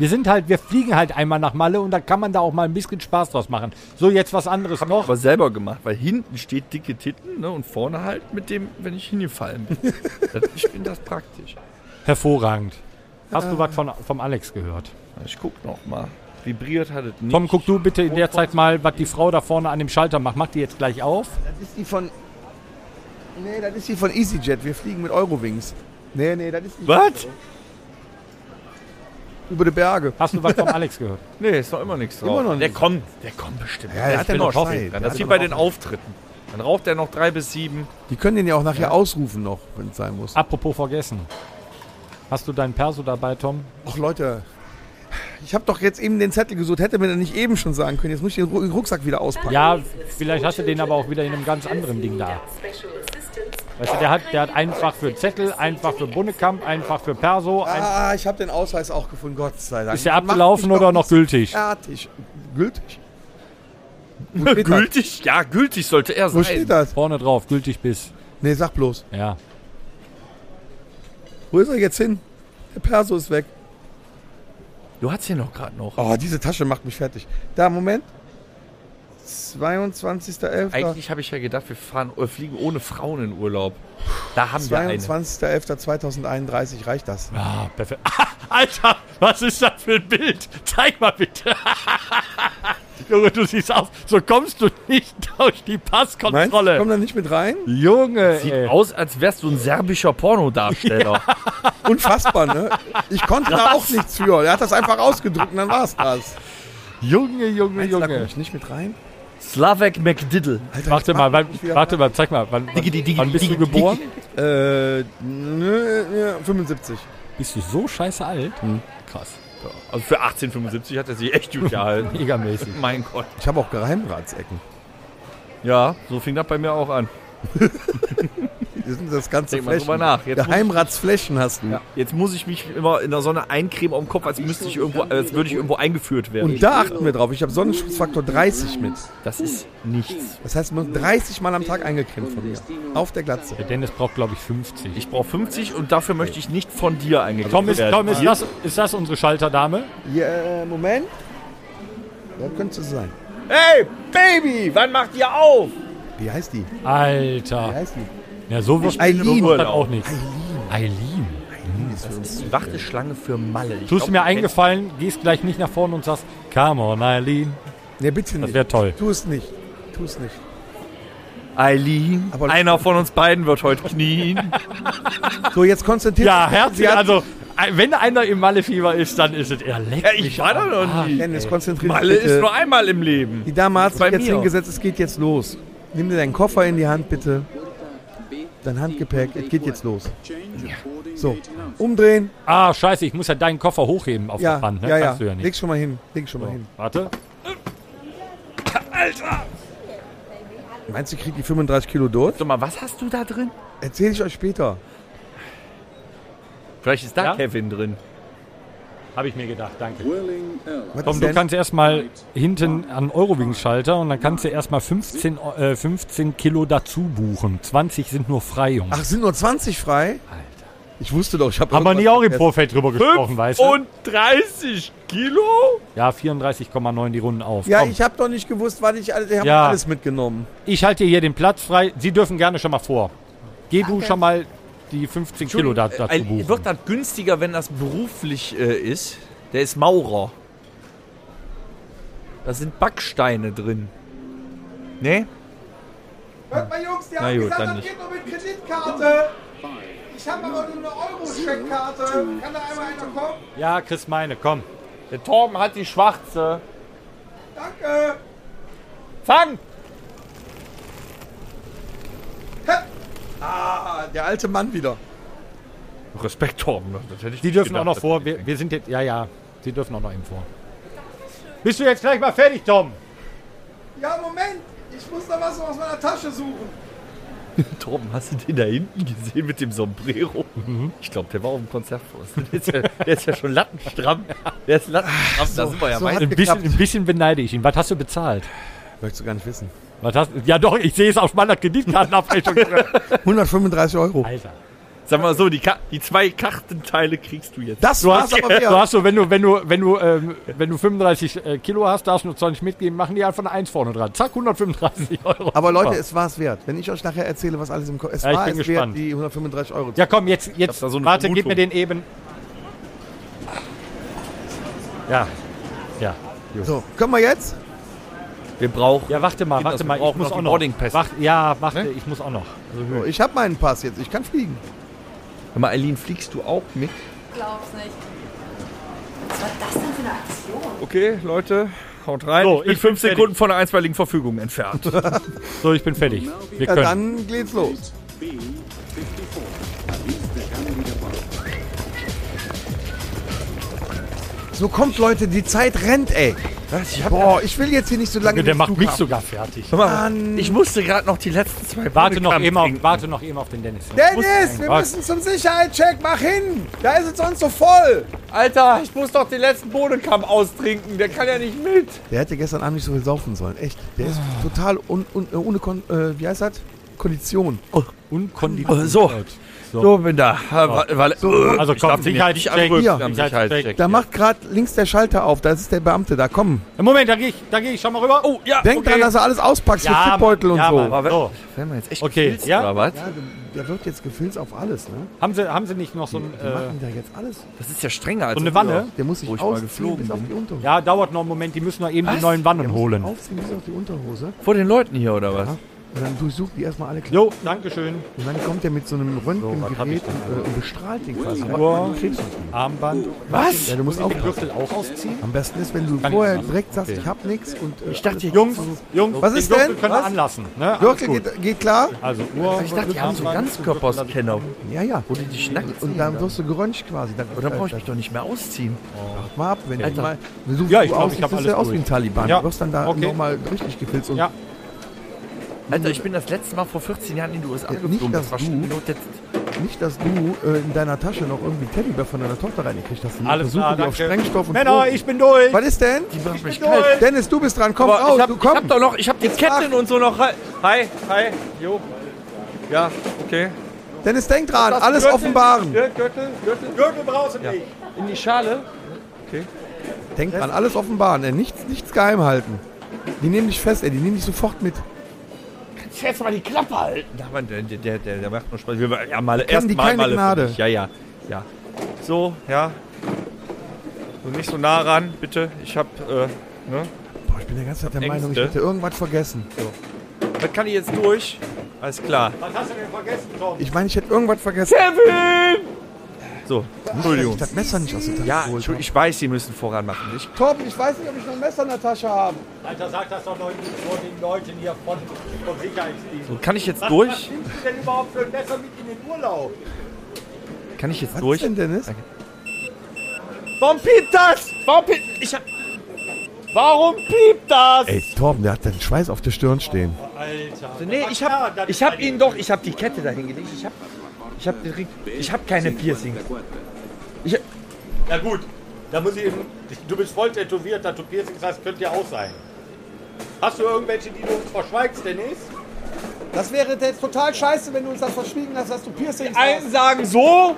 Wir sind halt, wir fliegen halt einmal nach Malle und da kann man da auch mal ein bisschen Spaß draus machen. So, jetzt was anderes noch.
Aber selber gemacht, weil hinten steht dicke Titten ne, und vorne halt mit dem, wenn ich hingefallen bin. das, ich finde das praktisch.
Hervorragend. Hast du was von, vom Alex gehört?
Ich guck noch mal. Vibriert hat es nicht.
Tom, guck du bitte in der Zeit mal, was die Frau da vorne an dem Schalter macht. Macht die jetzt gleich auf?
Das ist die von. Nee, das ist die von EasyJet. Wir fliegen mit Eurowings. Nee, nee, das ist nicht.
Was?
Über die Berge.
Hast du was vom Alex gehört?
Nee, ist noch immer nichts drauf.
Immer noch
Der
nicht.
kommt, der kommt bestimmt.
Ja, der
Ich
hat ja
bin
noch
auch
Zeit.
hoffentlich dran.
Der
Das ist
hat
wie
ja
bei
noch
den Auftritten. Dann raucht er noch drei bis sieben.
Die können den ja auch nachher ausrufen noch, wenn es sein muss.
Apropos vergessen. Hast du deinen Perso dabei, Tom?
Ach Leute, ich habe doch jetzt eben den Zettel gesucht. Hätte mir dann nicht eben schon sagen können. Jetzt muss ich den Ru- Rucksack wieder auspacken.
Ja, vielleicht hast du den aber auch wieder in einem ganz anderen Ding da. Weißt du, der hat, der hat einfach für Zettel, einfach für Bunnekamp, einfach für Perso. Ein,
Ah, ich habe den Ausweis auch gefunden. Gott sei Dank.
ist der
Macht mich
abgelaufen
doch
oder noch
nicht
gültig?
Fertig. Gültig?
Gültig? Ja, gültig sollte er sein.
Wo steht das?
Vorne drauf, gültig bis.
Nee, sag bloß.
Ja.
Wo ist er jetzt hin? Der Perso ist weg.
Du hast ihn noch gerade noch.
Oh, diese Tasche macht mich fertig. Da, Moment. 22.11.
Eigentlich habe ich ja gedacht, wir fahren, äh, fliegen ohne Frauen in Urlaub. Da haben wir eine.
22.11.2031 reicht das.
Ah, perfekt. Alter, was ist das für ein Bild? Zeig mal bitte. Junge, du siehst aus, so kommst du nicht durch die
Meinst du,
Passkontrolle.
komm da nicht mit rein?
Junge,
Sieht
ey.
aus, als wärst du ein serbischer Pornodarsteller.
Unfassbar, ne? Ich konnte da auch nichts für. Er hat das einfach ausgedruckt und dann war's das.
Junge, Junge,
Meinst du, da komm
Junge.
ich nicht mit rein?
Slavek McDiddle.
Alter,
Warte
jetzt
mal,
mach
wann,
ich wieder
warte mal, zeig mal, wann,
Digi,
wann,
digi,
wann bist
digi,
du geboren?
Äh, ne, nö, nö, 75.
Bist du so scheiße alt? Krass.
Also für 1875 hat er sich echt gut
Äh,
gehalten.
Megamäßig.
mein Gott.
Ich habe auch Geheimratsecken.
Ja, so fing das bei mir auch an.
Hier sind das ganze
Denk mal drüber
Flächen.
nach. Jetzt muss-
Geheimratsflächen hast du.
Jetzt muss ich mich immer in der Sonne eincremen auf dem Kopf, als müsste ich irgendwo, als würde ich irgendwo eingeführt werden.
Und da achten wir drauf. Ich habe Sonnenschutzfaktor 30 mit.
das ist nichts.
Das heißt, man muss 30 Mal am Tag eingecremt von mir. Auf der Glatze.
Der Dennis braucht, glaube ich, 50.
Ich brauche 50 und dafür möchte ich nicht von dir eingecremt
Tom, ist,
werden.
Tom ist, das, ist das unsere Schalterdame?
Ja, äh, Moment. Ja, könnte es sein.
Hey, Baby, wann macht ihr auf?
Wie heißt die? Wie
Alter.
heißt die?
Ja, so wird
Eileen.
wird das auch nicht. Eileen.
Hm,
Die wachte Schlange für Malle. Ich
Tust
glaub,
du mir
du kennst-
eingefallen, gehst gleich nicht nach vorne und sagst, come on, Eileen.
Ne, bitte
Das
nicht.
wäre toll.
Tu es nicht. Tu es nicht.
Eileen,
Aber-
einer von uns beiden wird heute knien.
So, jetzt konzentriert.
Ja, herzlich.
Sie hat-
Also, äh, wenn einer im Mallefieber ist, dann ist es er leck
Ja,
mich Ah.
ich war da
am
noch nie.
Dennis, konzentriert.
Malle ist nur einmal im Leben.
Die Dame hat
Ist
sich
bei
jetzt
mir.
hingesetzt, es geht jetzt los. Nimm dir deinen Koffer in die Hand, bitte. Dein Handgepäck, es geht jetzt los. So, umdrehen.
Ah, scheiße, ich muss ja deinen Koffer hochheben auf
Ja,
der Wand. Ne?
ja, ja.
Kannst du ja nicht.
Leg schon mal hin. Leg schon mal hin.
Warte.
Meinst du, kriegt die 35 Kilo durch?
Sag mal, was hast du da drin?
Erzähle ich euch später.
Vielleicht ist da
Ja?
Kevin drin.
Habe ich mir gedacht, danke.
Was
Tom,
ist
du
denn?
kannst erstmal hinten an Eurowings-Schalter und dann kannst du erstmal 15, Eu- äh, 15 Kilo dazu buchen. 20 sind nur frei, Jungs.
Ach, sind nur 20 frei? Alter. Ich wusste doch, ich habe
Haben wir nie auch im Vorfeld drüber gesprochen, weißt du?
35 Kilo?
Ja, 34,9 die Runden auf.
Ja,
Komm,
ich habe doch nicht gewusst, was ich alles... Ich habe
Ja.
alles mitgenommen.
ich halte hier den Platz frei. Sie dürfen gerne schon mal vor. Geh du schon mal die 15 Kilo da,
äh,
dazu
Ein,
buchen.
wird das günstiger, wenn das beruflich äh, ist? Der ist Maurer. Da sind Backsteine drin. Nee?
Hört mal, Jungs, die
Na
haben
gut,
gesagt,
dann
das
nicht.
geht nur mit Kreditkarte. Ich habe aber nur eine Euro-Scheckkarte. Kann da einmal einer kommen?
Ja, Chris, meine, komm.
Der Torben hat die schwarze.
Danke.
Fang!
Ah, der alte Mann wieder.
Respekt, Torben. Das hätte ich
Sie
nicht
dürfen
gedacht,
auch noch
dass
vor.
die
Wir,
denken.
wir sind jetzt. Ja, ja. Sie dürfen auch noch eben vor. Bist du jetzt gleich mal fertig, Tom?
Ja, Moment. Ich muss da was aus meiner Tasche suchen.
Torben, hast du den da hinten gesehen mit dem Sombrero? Ich glaube, der war auf dem Konzert vor uns. Der ist ja, der ist ja schon lattenstramm. Der ist lattenstramm, da sind wir ja
so
weit.
hat-
Ein bisschen, ein bisschen beneide ich ihn. Was hast du bezahlt?
Möchtest du gar nicht wissen.
Was hast, ja doch, ich sehe es auf meiner Kreditkartenabrechnung.
135 Euro.
Alter.
Sag mal so, die, Ka die zwei Kartenteile kriegst du jetzt.
Das
Du hast,
war's aber
du
wert.
hast so, wenn du, wenn du, wenn du, ähm, wenn du 35 äh, Kilo hast, darfst du nur 20 mitgeben, machen die einfach eine 1 vorne dran. Zack, 135 Euro.
Aber Leute,
Super.
es war's wert. Wenn ich euch nachher erzähle, was alles im Kopf... Es
Ja, ich
war
bin
es
gespannt.
wert, die 135 Euro zu
ja komm, jetzt,
hab
jetzt,
da so eine
warte, gib mir
Vermutung.
den eben. Ja, ja,
So, können wir jetzt?
Wir brauchen.
ja, warte mal,
Geht das?
warte
Wir
mal, ich
brauchen
muss
noch
auch
die
noch.
Boardingpässe.
Wach, ja, warte, ich muss auch noch.
So, ich habe meinen Pass jetzt. Ich kann fliegen.
Sag mal, Eileen, fliegst du auch mit?
glaub's nicht. Was war das denn für eine Aktion?
Okay, Leute, haut rein.
So,
ich bin
ich bin
fünf
fertig.
Sekunden von der einstweiligen Verfügung entfernt.
So, ich bin fertig. Wir
Ja,
können.
dann geht's los. So kommt Leute, die Zeit rennt, ey. Boah, ich will jetzt hier nicht so lange.
der
den
macht
Flug
mich
haben.
sogar fertig.
Mann.
ich musste gerade noch die letzten zwei
Warte noch,
Bohnenkamp
eben auf,
trinken.
warte noch eben auf den Dennis.
Dennis, wir
Was?
müssen zum Sicherheitscheck. Mach hin. Da ist es sonst so voll.
Alter, ich muss doch den letzten Bodenkampf austrinken. Der kann ja nicht mit.
Der hätte gestern Abend nicht
Ah.
äh, so viel saufen sollen. Echt. Der ist total un, un, ohne Kon äh, wie heißt das? Kondition.
unkonditioniert.
Oh, So.
So.
So, bin da. Also
Also komm, Sicherheitscheck.
anrühren.
Ja.
Wir haben
Sicherheitscheck.
Sicherheitscheck.
Da macht gerade links der Schalter auf. Da ist der Beamte da. Komm.
Äh, Moment, da gehe ich, da geh ich schon mal rüber. Oh, ja.
Denk
okay.
dran, dass du alles auspackst
Ja,
für Fickbeutel und
ja,
so.
Mann.
Aber wenn,
So.
wenn wir jetzt echt
Okay,
gefilzt,
ja?
oder was?
Ja, da wird jetzt gefilzt auf alles, ne?
Haben sie, haben sie nicht noch so ein.
Die
Äh,
machen da jetzt alles.
Das ist ja strenger als
So eine
früher.
Wanne?
Der muss sich
Wo ich mal
ausziehen
geflogen
bis auf
bin.
die Unterhose.
ja, dauert noch einen Moment. Die müssen noch eben die neuen
Der
Wannen
muss
holen.
Aufziehen bis auf die Unterhose.
Vor den Leuten hier, oder was?
Und dann durchsucht die erstmal alle Klamotten.
Jo, Dankeschön.
Und dann kommt der mit so einem
was hab ich
Röntgengerät
denn?
und, äh, und bestrahlt den quasi.
Uhr.
Krebs.
Armband.
Ja,
Was?
du musst
Muss ich den
aufpassen.
Gürtel auch ausziehen?
Am besten ist, wenn du
Kann ich
vorher
machen.
direkt sagst, ich hab nichts und äh, ich
dachte,
Jungs, Jungs,
Was
den
ist
Gürtel
denn?
können
Was?
wir anlassen. Ne? Alles
Gürtel
gut.
geht, geht klar?
Also Uhr.
Ich dachte, die haben so
Armband.
Ganzkörperscanner.
Ja, ja.
Wo die dich nackt
Und
ziehen
dann
dann.
wirst du
ne?
geröntgt quasi. Dann,
Oder brauche Oh, ich
dann,
mich doch nicht mehr ausziehen?
mach mal ab, wenn du
Alter.
mal. Wenn du
Ja, ich
so
glaub, ich
aussiehst,
hab
siehst du
alles
aus wie ein
durch.
Taliban.
Ja.
Du wirst dann da
Okay.
nochmal richtig gefilzt. Und
Ja.
Alter, ich bin das letzte Mal vor 14 Jahren in die USA
Ja, nicht,
geflogen.
dass
Das war
du-
schon Not jetzt.
nicht, dass du äh, in deiner Tasche noch irgendwie Teddybär von deiner Tochter reingekriegt hast.
Alles
klar,
klar,
die auf
danke.
Sprengstoff und
Männer,
Drogen.
ich bin durch.
Oh. Was ist denn?
Die macht mich
bin
kalt.
durch.
Dennis, du bist dran. Komm
Aber
raus,
Oh, ich hab,
du
ich hab
komm.
doch noch, ich hab die Ketten und so noch. Hi, hi, hi, jo. Ja, okay.
Dennis, denk dran. Alles offenbaren.
Gürtel, Gürtel, Gürtel brauchst du nicht. In die Schale.
Denk dran. Alles offenbaren. Ey. Nichts, nichts geheim halten. Die nehmen dich fest, ey. Die nehmen dich sofort mit.
Jetzt mal die Klappe halten. Na, Mann, der, der, der, der macht nur Spaß. Wir ja, mal
die
erst mal,
keine
mal für
Gnade.
dich. Ja, ja, ja. So, ja. So nicht so nah ran, bitte. Ich hab, äh, ne?
Boah, ich bin der ganze Zeit der
Ängste.
Meinung, ich hätte irgendwas vergessen.
Was kann ich jetzt durch? Alles klar.
Was hast du denn vergessen, Tom?
Ich meine, ich hätte irgendwas vergessen.
So,
Entschuldigung.
Entschuldigung.
Ich das Messer nicht aus der Tasche
Ja,
geholt
Entschuldigung, ich weiß, Sie müssen voran machen. Ich,
habe. Torben, ich weiß nicht, ob ich noch ein Messer in der Tasche habe.
Alter, sag das doch Leuten, vor den Leuten hier von, vom Sicherheitsdienst.
kann ich jetzt durch?
nimmst du denn überhaupt für ein Messer mit in den Urlaub?
Kann ich jetzt
Was
durch?
ist denn, Dennis?
Warum piept das? Warum piept... Ich hab... Warum piept das?
Ey, Torben, der hat den Schweiß auf der Stirn stehen.
Alter.
Nee, ich hab, ich hab ihn doch, ich hab die Kette dahin gelegt. Ich hab, ich hab, direkt- ich hab keine Piercings.
Na gut, da muss ich eben. Du bist voll tätowiert, da du Piercings hast, könnte ja auch sein. Hast du irgendwelche, die du uns verschweigst, Dennis?
Das wäre jetzt total scheiße, wenn du uns das verschwiegen hast, dass du Piercings
Einen sagen so,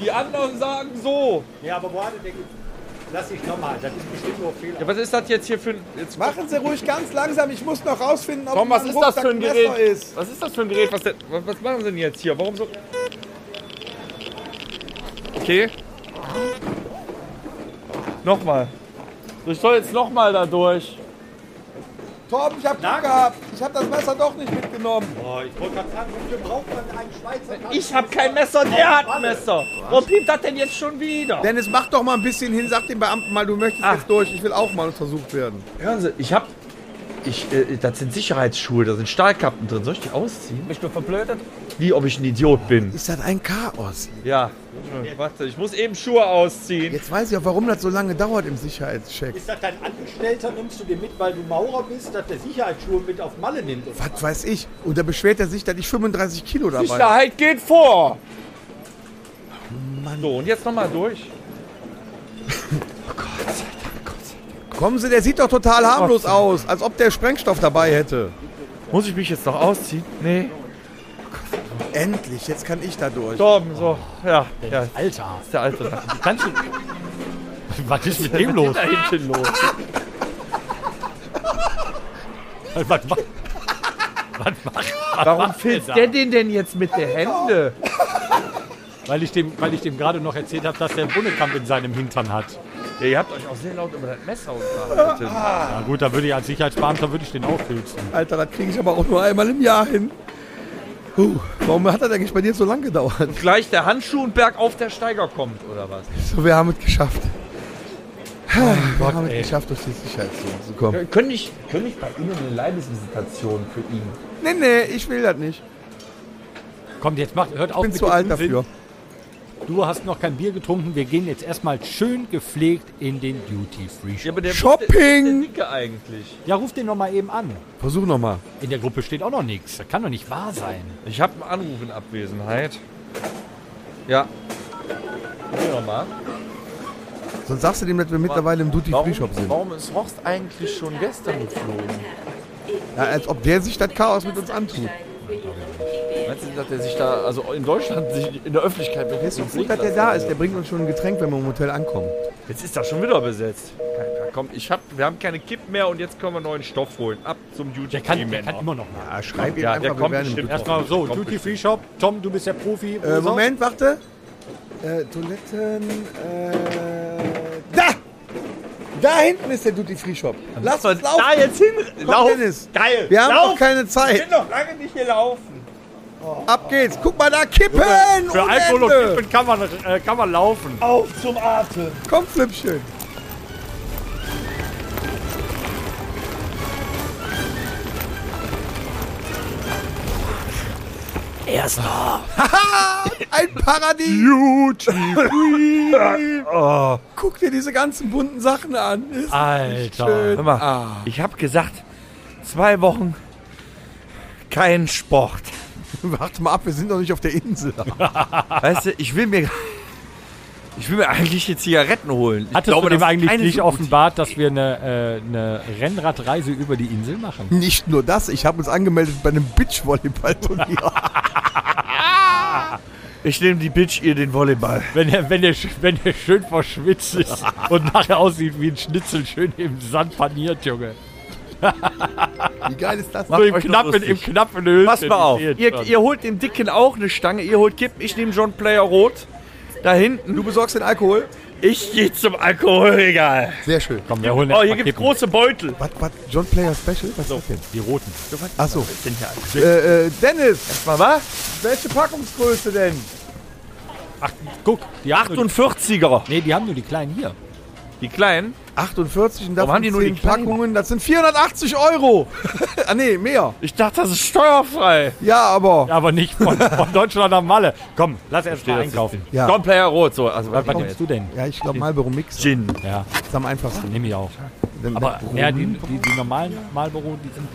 die anderen sagen so.
Ja, aber wo hat er denn. Lass dich nochmal, das ist bestimmt nur Fehler.
Ja, was ist das jetzt hier für ein... Jetzt,
Machen Sie ruhig ganz langsam. Ich muss noch rausfinden, ob
Tom,
in
was
meinem
ist das für ein
Rucksack
Gerät?
Messer ist.
Was ist das für ein Gerät? Was, denn, was was machen sie denn jetzt hier? Warum so... Okay. Nochmal. So, Ich soll jetzt nochmal da durch.
Torben, ich hab Glück gehabt. Ich hab das Messer doch nicht mitgenommen.
Oh, ich wollte gerade sagen, wofür braucht man einen Schweizer Taschenmesser?
Ich hab kein Messer, der hat ein Messer. Warum piept das denn jetzt schon wieder?
Dennis, mach doch mal ein bisschen hin, sag dem Beamten mal, du möchtest jetzt durch. Ich will auch mal untersucht werden.
Hören Sie, ich hab. Ich, äh, das sind Sicherheitsschuhe, da sind Stahlkappen drin. Soll ich die ausziehen?
Bist du verblödet?
Wie, ob ich ein Idiot bin?
Ist das ein Chaos?
Ja. Warte, ich muss eben Schuhe ausziehen.
Jetzt weiß ich auch, warum das so lange dauert im Sicherheitscheck.
Ist das dein Angestellter? Nimmst du den mit, weil du Maurer bist, dass der Sicherheitsschuhe mit auf Malle nimmt? Und
Was weiß ich? Und da beschwert er sich, dass ich 35 Kilo dabei habe.
Sicherheit geht vor! Mann. So, und jetzt nochmal durch.
Kommen Sie, der sieht doch total harmlos aus. Als ob der Sprengstoff dabei hätte.
Muss ich mich jetzt noch ausziehen? Nee.
Endlich, jetzt kann ich da durch.
Torben, so. Ja, ja, ist
Alter,
der alte. Was
kannst du. Was ist mit dem los?
da hinten los?
Was macht. Was macht.
Warum filzt der den denn jetzt mit der Hände?
Weil ich dem, weil ich dem gerade noch erzählt habe, dass der Bundekamp in seinem Hintern hat.
Ja, ihr habt euch auch sehr laut über das Messer unterhalten.
Na gut, da würde ich als Sicherheitsbeamter würde ich den aufhülsen.
Alter, das kriege ich aber auch nur einmal im Jahr hin. Puh, warum hat das eigentlich bei dir so lange gedauert?
Gleich der Handschuh und bergauf der Steiger kommt, oder was?
So, wir haben es geschafft. Oh wir haben
ey.
es geschafft, durch die Sicherheitszone zu kommen.
Können ich, können ich bei Ihnen eine Leibesvisitation für ihn?
Nee, nee, ich will das nicht.
Kommt, jetzt macht, hört auf.
Ich bin
mit
zu
dem
alt
Unsinn.
dafür.
Du hast noch kein Bier getrunken. Wir gehen jetzt erstmal schön gepflegt in den Duty Free Shop.
aber der
Shopping!
Der Dicke eigentlich.
Ja, ruf den noch mal eben an.
Versuch nochmal.
In der Gruppe steht auch noch nichts. Das kann doch nicht wahr sein.
Ich habe einen Anruf in Abwesenheit. Ja. Geh noch mal.
Sonst sagst du dem, dass wir mittlerweile im Duty Free Shop sind.
warum ist Horst eigentlich schon gestern geflogen?
Ja, als ob der sich das Chaos mit uns antut.
Was? Einzige, dass der sich da, also in Deutschland, sich in der Öffentlichkeit bewegt.
Der ist so
und
gut,
sehen
dass der
lassen
da
kann.
ist. Der bringt uns schon ein Getränk, wenn wir im Hotel ankommen.
Jetzt ist das schon wieder besetzt. Ja, komm, ich hab, wir haben keine Kipp mehr und jetzt können wir neuen Stoff holen. Ab zum Duty
Der kann,
Free
der
Man.
kann immer noch mal.
Ja, schreib ihm
Ja, der
einfach, wir
kommt
werden
bestimmt.
im
Erstmal so,
Kommt
Duty
bestimmt.
Free Shop. Tom, du bist der Profi.
äh,
Wo
Moment, warte. Äh, Toiletten. Äh, da! Da hinten ist der Duty Free Shop. Lass uns laufen.
Da jetzt hin!
Komm, Dennis.
Geil!
Wir haben
Lauf!
noch keine Zeit. Oh,
bin noch lange nicht gelaufen.
Ab geht's. Guck mal da, kippen!
Für
ohne
Alkohol und
Ende.
Kippen kann man, äh, kann man laufen.
Auf zum Atem.
Komm, Flippchen. Haha, ein Paradies.
Oh,
Guck dir diese ganzen bunten Sachen an. Ist
Ah.
Alter.
hör mal,
Ah.
ich hab gesagt, zwei Wochen kein Sport.
Warte mal ab, wir sind doch nicht auf der Insel.
Weißt du, ich will mir. Ich will mir eigentlich die Zigaretten holen. Ich
Hattest du dem
das ist
eigentlich
keine
nicht
so gute
offenbart, dass wir eine, äh, eine Rennradreise über die Insel machen?
Nicht nur das, ich habe uns angemeldet bei einem Beachvolleyballturnier.
Ich nehme die Bitch ihr den Volleyball.
Wenn er, wenn, er, wenn er schön verschwitzt ist und nachher aussieht wie ein Schnitzel, schön im Sand paniert, Junge.
Wie geil ist das?
Mach
So im
euch noch
knappen,
lustig.
im knappen Höschen.
Passt mal auf.
Ich seh es
Ihr,
schon.
ihr holt dem Dicken auch eine Stange, ihr holt Kipp, ich nehme John Player Rot. Da hinten.
Du besorgst den Alkohol?
Ich gehe zum Alkoholregal.
Sehr schön.
Komm, wir holen
Oh,
erst
hier
mal
gibt's
Kippen.
große Beutel.
Was, was, John Player Special? Was ist das
Die roten.
denn? Achso.
Sind ja alles
Äh, äh, Dennis,
mal was?
welche Packungsgröße denn?
Ach, guck. Die haben nur
48er.
die, nee, die haben nur die kleinen hier.
Die kleinen.
48
Warum
und davon
haben die nur die
10
kleinen?
Packungen. Das sind 480 Euro. ah nee, mehr.
Ich dachte, das ist steuerfrei.
Ja, aber...
Aber nicht von, von Deutschland am Malle. Komm, lass erst mal
das
einkaufen.
Ja,
John Player Rot, so. Also,
Was,
was
was
kommt jetzt?
nimmst du denn?
ja ich glaube Marlboro Mix
Gin.
Ja,
ist am einfachsten.
nehme ich auch.
Denn-
Aber
Warum?
ja, die, die, die normalen Marlboro, die sind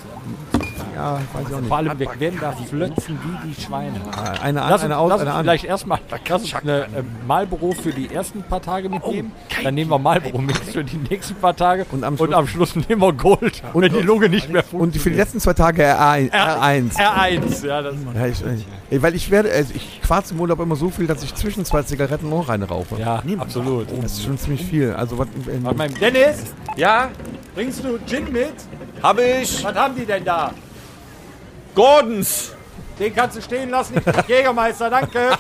ja, weiß ich auch
vor
nicht.
allem, wir werden da flötzen wie die Schweine.
Eine an,
Lass uns,
eine aus,
lass uns
eine an.
vielleicht erstmal lass uns eine äh, Marlboro für die ersten paar Tage mitnehmen. Dann nehmen wir Marlboro mit für die nächsten paar Tage.
Und am
und am Schluss nehmen wir Gold, wenn die Lunge nicht mehr
Und für die letzten zwei Tage R1. R1.
R1, ja, das
Ja, ich, ich, weil ich werde, also ich quarz im Urlaub immer so viel, dass ich zwischen zwei Zigaretten auch reinrauche.
ja, absolut.
Das ist schon ziemlich viel. Also was, wenn,
Warte mal, Dennis,
Ja,
bringst du Gin mit?
hab ich.
Was haben die denn da?
Gordons.
Den kannst du stehen lassen, ich bin Jägermeister, danke.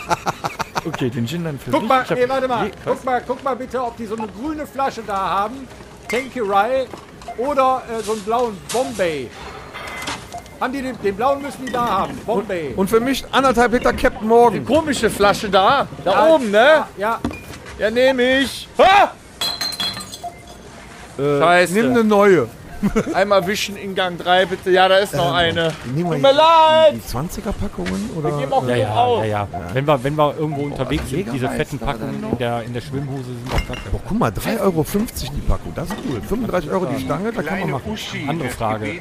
Okay, den Gin dann für
Guck
dich.
mal,
Ich hab-
nee, warte mal.
Nee,
guck mal, guck mal bitte, ob die so eine grüne Flasche da haben. Tankerai oder äh, so einen blauen Bombay. Haben die den, den blauen müssen die da haben. Bombay.
und für mich anderthalb Liter Captain Morgan.
Komische Flasche da. Da
Ja,
oben, ne?
ja,
Ja, nehme ich. Ah! Scheiße.
Nimm eine neue.
Einmal wischen in Gang 3, bitte. Ja, da ist
Ähm,
noch eine.
Nehmen wir
Tut mir leid.
die 20er Packungen oder?
Gib auch
ja,
noch auf.
ja, ja, Wenn wir, wenn wir
Oh,
irgendwo unterwegs sind, diese fetten Packungen in der, in der Schwimmhose sind auch kacke.
Guck mal, 3,50 Euro die Packung. Das ist cool. 35 Euro die Stange, da kann man machen.
Andere Frage. Äh,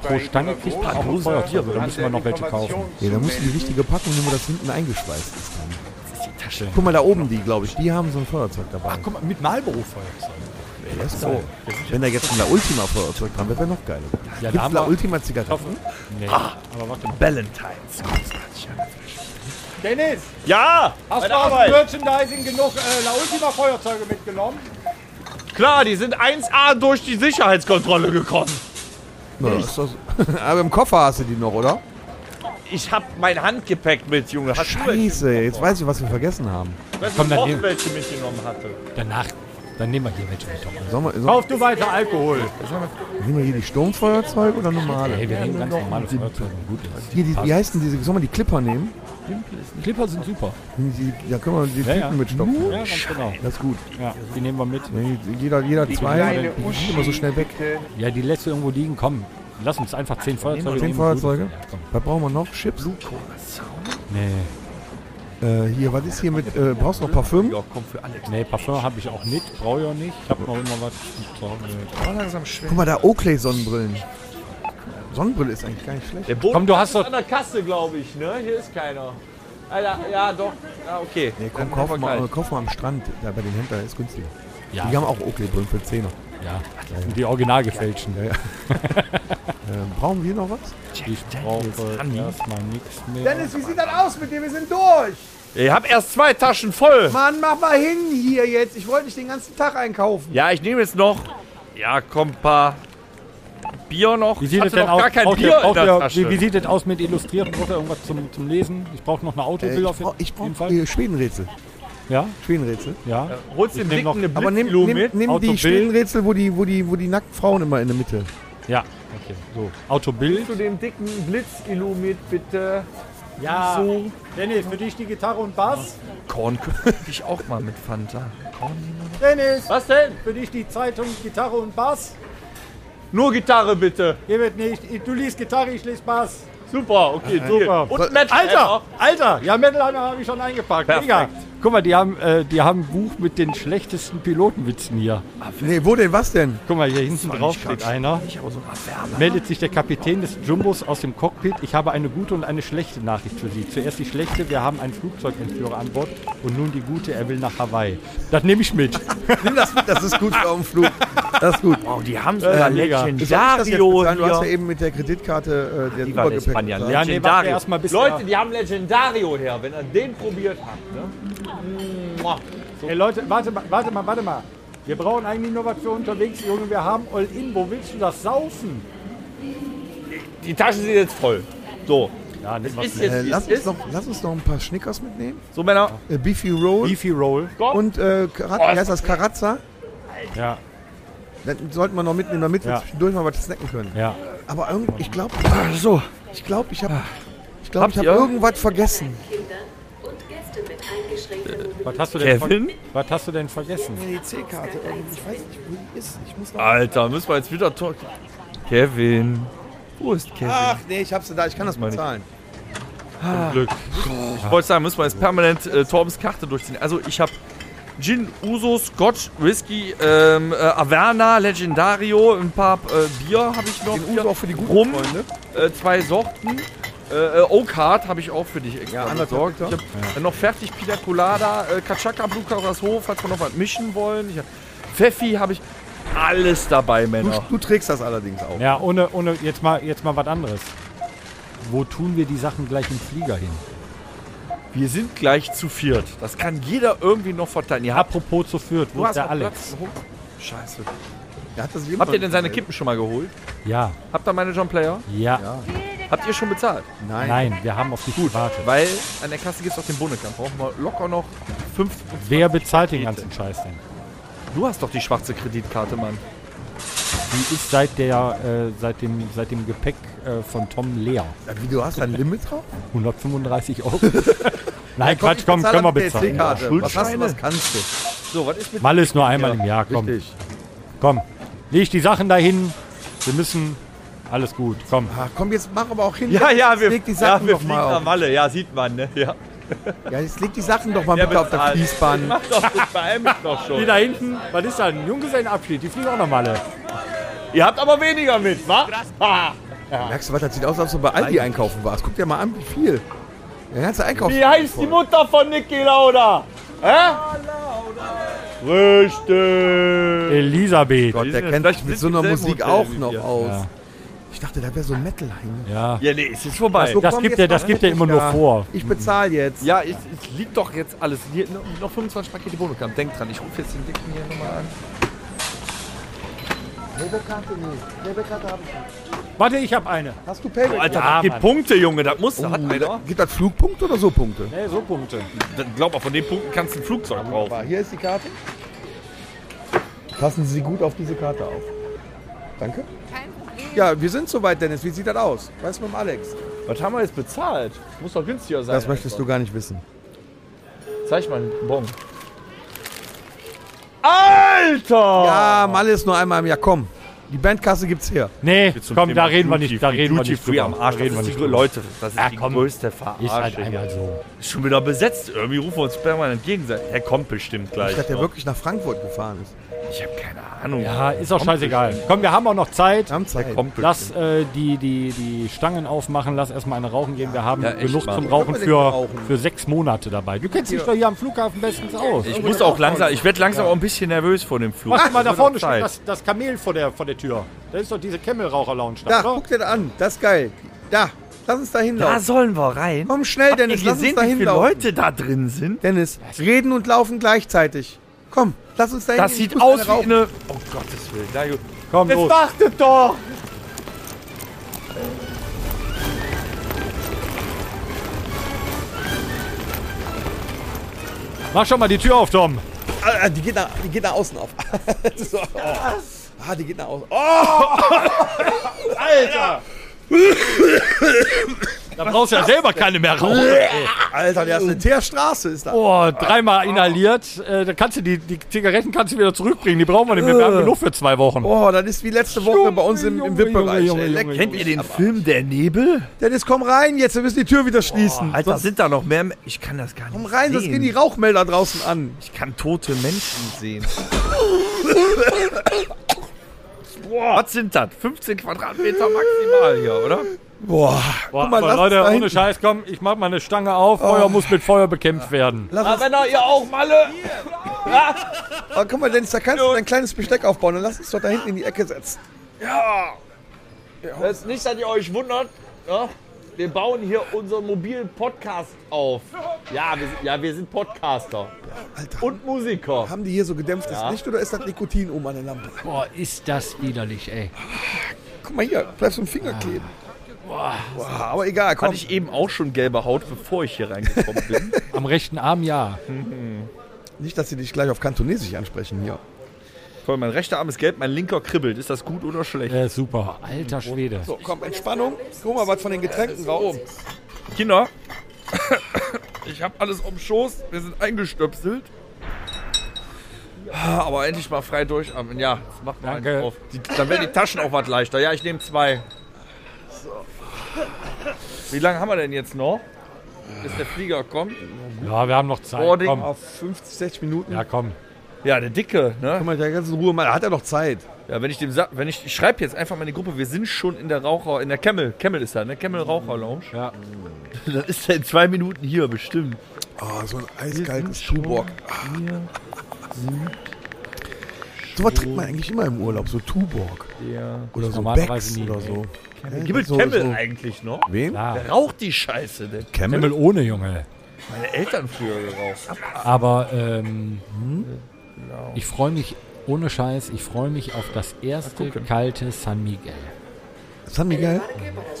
Pro Stange kriegt man auch ein Tier, also da müssen wir noch welche kaufen.
Nee, da musst du die richtige Packung nehmen, wo das hinten eingeschweißt ist. Dann.
Tasche.
Guck mal, da oben die, glaube ich. Die haben so ein Feuerzeug dabei.
Guck mal, mit Malberufeuer.
Der ist geil. Wenn da jetzt ein La Ultima Feuerzeug dran wäre, wäre noch geiler.
Ja, da
Gibt's
haben
La
wir.
Ultima Zigaretten?
Nee, aber warte mal.
Valentines.
Dennis,
Ja!
hast
meine Arbeit.
Merchandising genug äh, La Ultima Feuerzeuge mitgenommen?
Klar, die sind 1A durch die Sicherheitskontrolle gekommen.
Na, ist das, aber im Koffer hast du die noch, oder?
Ich hab mein Handgepäck mit, Junge. Hast
Scheiße, jetzt weiß ich, was wir vergessen haben.
du welche,
Komm,
Komm,
dann
auch
nehmen.
welche mitgenommen hatte?
Danach, dann nehmen wir hier welche mit. Doch.
Sollen wir, sollen,
Kauf du weiter Alkohol.
nehmen wir hier die Sturmfeuerzeug oder normale?
Hey, wir nehmen ganz normale Feuerzeuge. Gut
Hier, die, wie heißen diese? Sollen wir die Clipper nehmen?
Clipper sind super.
Die, da können wir die
Ja,
Tüten
ja.
mitstopfen.
Ja, ganz genau.
Das ist gut.
Ja, die nehmen wir mit.
Nee, Jeder, jeder zwei. Die sind immer so schnell weg.
Ja, die lässt du irgendwo liegen. Komm, lass uns einfach zehn Feuerzeuge
Zehn
nehmen.
Feuerzeuge.
Ja, komm.
Was brauchen wir noch? Chips?
Nee,
Äh, hier, was ist hier mit. Äh, brauchst du noch Parfüm?
komm für Alex.
nee, Parfum habe ich auch mit. Brauche ich auch nicht. Ich habe noch immer was zu Hause.
langsam schwer.
Guck mal, da Oakley-Sonnenbrillen. Sonnenbrille ist eigentlich gar nicht schlecht.
Der Boden
Komm, du hast doch-
an der Kasse, glaube ich, ne? Hier ist keiner. Alter, ja, doch. Ja, okay.
Nee, komm,
Dann haben
kauf
wir
mal,
gleich.
kauf mal am Strand. Da bei den Händlern ist günstiger.
Ja,
Die haben auch Oakley-Brillen für 10er.
ja. Das sind die original gefälschten.
Ähm, brauchen wir noch was?
Ich brauche erstmal nichts mehr.
Dennis, wie sieht das aus mit dir? Wir sind durch.
Ich hab erst zwei Taschen voll.
Mann, mach mal hin hier jetzt. Ich wollte nicht den ganzen Tag einkaufen.
Ja, ich nehme jetzt noch. Ja, komm, ein paar Bier noch.
Wie
Ich
sieht es
hatte
denn
noch
aus?
gar kein
Braucht ihr-
Bier in
braucht
der
ihr-
Tasche.
wie, wie sieht es aus mit Illustrierten? Braucht ihr irgendwas zum, zum Lesen? Ich brauche noch eine
Äh,
Autobild
ich
auf
brauche ich
jeden
brauch,
Fall.
äh, Schwedenrätsel.
Ja,
Schwedenrätsel.
ja.
Äh, Holst
Ich
den
nehm
Dicken
noch-
eine
Aber nimm,
Blitzilo
nimm,
mit?
nimm die
Autobild.
Schwedenrätsel, wo die, wo, die, wo die nackten Frauen immer in der Mitte.
Ja, okay. So, Autobild.
Zu dem dicken Blitz-Illu mit, bitte.
Ja, Dennis, für dich die Gitarre und Bass.
Korn könnte ich auch mal mit Fanta.
Dennis,
Was denn?
für dich die Zeitung, Gitarre und Bass.
Nur Gitarre, bitte.
Hier wird nicht, du liest Gitarre, ich lese Bass.
Super, okay, super. Und Metal.
Alter, Alter, ja, Metal habe ich schon eingepackt. Mega. Guck mal, die haben, äh, die haben ein Buch mit den schlechtesten Pilotenwitzen hier.
Nee, wo denn? Was denn?
Guck mal, hier hinten drauf steht einer. Meldet sich der Kapitän des Jumbos aus dem Cockpit. Ich habe eine gute und eine schlechte Nachricht für Sie. Zuerst die schlechte, wir haben einen Flugzeugentführer an Bord. Und nun die gute, er will nach Hawaii. Das nehme ich mit.
Nimm das mit, das ist gut für einen Flug. Das ist gut.
Oh, die haben sogar
Äh,
mega.
Das jetzt
Legendario
bezahlen? du hast ja
eh
hier.
eben mit der Kreditkarte äh, den
Die war der
Übergepäck
Spanier. ne?
bezahlt.
ne? Ja, nee, warte erst mal, bis
Leute,
der-
die haben Legendario her, wenn ihr den probiert habt. Ne? Mua.
Ey Leute, warte mal, warte mal, warte mal. Wir brauchen eigentlich nur was für unterwegs, Junge. Wir haben All In. Wo willst du das saufen?
Die Taschen sind jetzt voll. So,
Ja, nimm
ist
Äh,
jetzt, wie
lass,
es
uns
ist.
noch, lass uns noch ein paar Snickers mitnehmen.
So, Männer,
Äh, Beefy Roll
Beefy Roll.
und äh, Karat,
Oh,
wie heißt das? Karazza.
Ja,
Das sollten wir noch mitnehmen, damit wir
Ja.
zwischendurch mal was snacken können.
ja.
Aber irgendwie, ich glaube,
so.
ich glaube, ich habe ich glaub,
Habt
ich hab
ihr-
irgendwas vergessen.
Was hast du denn, ver
Kevin?
was hast du denn vergessen?
Die C-Karte, ich weiß nicht, wo die ist. Ich muss noch
Alter, müssen wir jetzt wieder... to- Kevin. Wo ist Kevin?
Ach, nee, ich habe sie da, ich kann das mal zahlen.
Glück. Ich wollte sagen, müssen wir jetzt permanent äh, Torbens Karte durchziehen. Also ich habe Gin, Uso, Scotch, Whisky, ähm, äh, Averna, Legendario, ein paar äh, Bier habe ich noch.
Den
hier.
Uso auch für die guten
Rum,
Freunde.
äh, zwei Sorten. Äh, äh, Oak Hard habe ich auch für dich extra
Ja, anderthalb
besorgt. Ich
Liter.
habe äh, noch fertig Pina Colada, äh, Kachaka, Blue Karas Hof, falls wir noch was mischen wollen. Ich hab, Pfeffi habe ich alles dabei,
Du,
Männer.
du trägst das allerdings auch.
Ja, ohne, ohne, jetzt mal, jetzt mal was anderes. Wo tun wir die Sachen gleich im Flieger hin?
Wir sind gleich zu viert. Das kann jeder irgendwie noch verteilen. Ihr habt,
Apropos zu Fürth, wo ist der
noch
Alex?
Platz. Oh, Scheiße.
Der hat das
Habt ihr denn seine Kippen schon mal geholt?
Ja,
Habt ihr Manager Player?
ja,
Habt ihr schon bezahlt?
Nein.
nein, wir haben auf dich gewartet.
Weil an der Kasse gibt's auch den Bonnekamp. Brauchen wir locker noch fünf.
Wer bezahlt den ganzen Scheiß denn?
Du hast doch die schwarze Kreditkarte, Mann.
Die ist seit, der, äh, seit, dem, seit dem Gepäck äh, von Tom leer.
Ja, Wie, du hast da ein Limit drauf?
135 Euro. Nein, Quatsch,
ich
komm,
bezahl
können wir
das mit der
bezahlen. Ja.
EC-Karte. Was hast du, was kannst du?
So, was ist mit.
Mal ist nur einmal
Ja,
im Jahr, komm.
Richtig.
Komm, leg die Sachen dahin. Wir müssen. Alles gut, komm.
Ach komm, jetzt mach aber auch hin.
Ja, ja, wir,
leg die
ja,
Sachen
wir
doch
fliegen
mal
nach
auf.
Malle. Ja, sieht man, ne? Ja.
Ja, jetzt leg die Sachen doch mal bitte auf der
bezahlt.
Fließbahn.
Mach doch, das beeil mich doch schon.
da hinten, was ist da? Ein Junggesellenabschied, die fliegen auch nochmal.
Ihr habt aber weniger mit, wa? Ha!
Merkst du was, das sieht aus, als ob du bei Aldi einkaufen warst. Guck dir mal an, wie viel. Der ganze Einkauf.
Wie heißt die Mutter von Niki Lauda? Hä? Richtig.
Elisabeth.
Gott, der
sind-
kennt
vielleicht
sich mit
sind
so
die
einer
selben
Musik
Hotel
auch
wie
noch
wir.
aus.
Ja.
Ich dachte, da wäre so ein Metal-Hang.
Ja.
Ja, nee, es ist vorbei.
So,
Das
komm, jetzt
gibt er,
mach
das gibt er
endlich
immer nur
da.
vor.
Ich bezahl jetzt.
Ja, ich, es liegt doch jetzt alles. Hier, noch- noch 25 Pakete Bonuskamp. Denkt dran, ich rufe jetzt den Dicken hier nochmal an.
Warte, ich habe eine.
Hast du Payback?
Alter,
Ja,
das gibt
Mann.
Punkte, Junge, das
Oh,
muss, das hat einer.
Gibt das Flugpunkte oder so Punkte?
Hey, ne, so Punkte.
Dann glaub mal, von den Punkten kannst du ein Flugzeug kaufen.
Hier ist die Karte. Passen Sie gut auf diese Karte auf. Danke. Ja, wir sind soweit, Dennis. Wie sieht das aus? Weiß mit dem Alex.
Was haben wir jetzt bezahlt? Muss doch günstiger sein.
Das möchtest du gar nicht wissen.
Zeig mal einen Bon. Alter! Oh.
Ja, Malle ist nur einmal im Jahr. Komm. Die Bandkasse gibt's her.
Nee,
Zum
komm,
Thema
da reden wir
Duty
nicht, da
Free,
reden wir
Duty
nicht
Free
drüber.
am Arsch.
Da reden wir
das ist
nicht
die,
drüber.
Leute, das ist
Ja,
die
komm.
größte
Ist halt
Verarsche
einmal
hier.
so.
Ist schon wieder besetzt. Irgendwie rufen wir uns permanent entgegen. Er kommt bestimmt gleich.
Ich dachte, der
noch.
wirklich nach Frankfurt gefahren ist.
Ich habe keine Ahnung.
Ja, ist auch scheißegal. Komm, wir haben auch noch Zeit.
Wir haben Zeit.
Der kommt
Lass
bestimmt.
äh, die, die, die Stangen aufmachen, lass erstmal eine rauchen gehen. Wir haben
Ja, echt
genug
mal.
zum
Können
Rauchen
wir denn
für,
rauchen?
für sechs Monate dabei. Du kennst dich doch hier am Flughafen bestens aus.
Ich muss auch langsam, ich werde langsam auch ein bisschen nervös vor dem Flug.
Mach mal da
Wird
vorne
auch
steht
Zeit.
das, das Kamel vor der, vor der Tür. Da ist doch diese Kemmelraucher-Lounge
Da,
da, oder?
guck dir das an. Das ist geil. Da, lass uns da
Da
hinlaufen.
sollen wir rein.
Komm schnell,
Habt
Dennis,
ihr
lass uns
gesehen,
da
wie viele
hinlaufen.
Leute da drin sind?
Dennis, reden und laufen gleichzeitig. Komm, lass uns da hin.
Das
Ich
sieht
muss
aus
eine
wie
rauchen.
eine. Oh Gottes Willen. Na gut.
Komm
Jetzt
los.
wartet doch!
Mach schon mal die Tür auf, Tom.
Ah, die, geht nach, die geht nach außen auf. so, oh. Ah, die geht nach außen. Oh,
Alter! da brauchst du ja selber keine mehr rauchen.
Alter, der ist eine Teerstraße, ist da.
Oh.
Boah, dreimal inhaliert. Äh, da kannst du die, die Zigaretten kannst du wieder zurückbringen. Die brauchen wir nicht mehr. Wir haben genug für zwei Wochen.
Äh. Boah, Oh, das ist wie letzte Woche bei uns im, im
Junge,
VIP-Bereich.
Junge,
ey.
Junge,
Leck
Junge.
mich.
Kennt ihr den Film Der Nebel?
Dennis, komm rein jetzt, wir müssen die Tür wieder schließen.
Oh, Alter,
Sonst-
sind da noch mehr? Me- Ich kann das gar nicht
komm rein, sonst
sehen.
gehen die Rauchmelder draußen an.
ich kann tote Menschen sehen. Boah. Was sind das? 15 Quadratmeter maximal hier, oder?
Boah,
Boah,
guck mal,
aber
lass
Leute,
uns da
ohne
hinten. Oh.
Scheiß, komm, ich mach mal eine Stange auf. Feuer muss mit Feuer bekämpft werden.
Aber guck mal, Dennis, da kannst du dein kleines Besteck aufbauen. Dann lass uns doch da hinten in die Ecke setzen.
Das nicht, dass ihr euch wundert. Ne? Wir bauen hier unseren mobilen Podcast auf. Ja, wir sind, ja, wir sind Podcaster
Alter,
und Musiker.
haben die hier so gedämpftes Licht oder ist das Nikotin oben an der Lampe?
Boah, ist das widerlich, ey.
Guck mal hier, bleib so ein Finger kleben. Boah, aber egal, komm.
Hatte ich eben auch schon gelbe Haut, bevor ich hier reingekommen bin.
Am rechten Arm ja.
Nicht, dass sie dich gleich auf Kantonesisch ansprechen hier.
Voll, mein rechter Arm ist gelb, mein linker kribbelt. Ist das gut oder schlecht?
Äh, super. Alter Schwede.
So, komm, Entspannung. Guck mal, was von den Getränken raus.
Kinder, ich habe alles um Schoß. Wir sind eingestöpselt. Ah, Aber endlich mal frei durchatmen. Ja, das macht mal
Danke.
einen auf. Die, dann werden die Taschen auch was leichter. Ja, ich nehme zwei. Wie lange haben wir denn jetzt noch? Bis der Flieger kommt.
Ja, wir haben noch Zeit.
Boarding
Komm.
Auf 50, 60 Minuten.
Ja, komm.
Ja, der Dicke, ne?
Guck mal, der ganzen Ruhe mal. Hat er noch Zeit?
Ja, wenn ich dem Sa wenn ich, ich schreibe jetzt einfach mal in die Gruppe, wir sind schon in der Raucher, in der Camel, Camel ist da, ne? Camel Raucher Lounge.
Ja.
Dann ist er in zwei Minuten hier, bestimmt.
Oh, so ein eiskaltes Tuborg. So was trinkt man eigentlich immer im Urlaub, so Tuborg.
Ja.
Oder so
Normalerweise
Becks
nie,
oder
ey.
so. Hä?
Gibbet
Also so,
Camel
so.
eigentlich noch?
Wen?
Ja.
Wer raucht die Scheiße denn?
Himmel ohne, Junge.
Meine Eltern früher geraucht.
Aber ähm,
Äh, genau.
ich freue mich, ohne Scheiß, ich freue mich auf das erste kalte San Miguel.
Was haben die geil?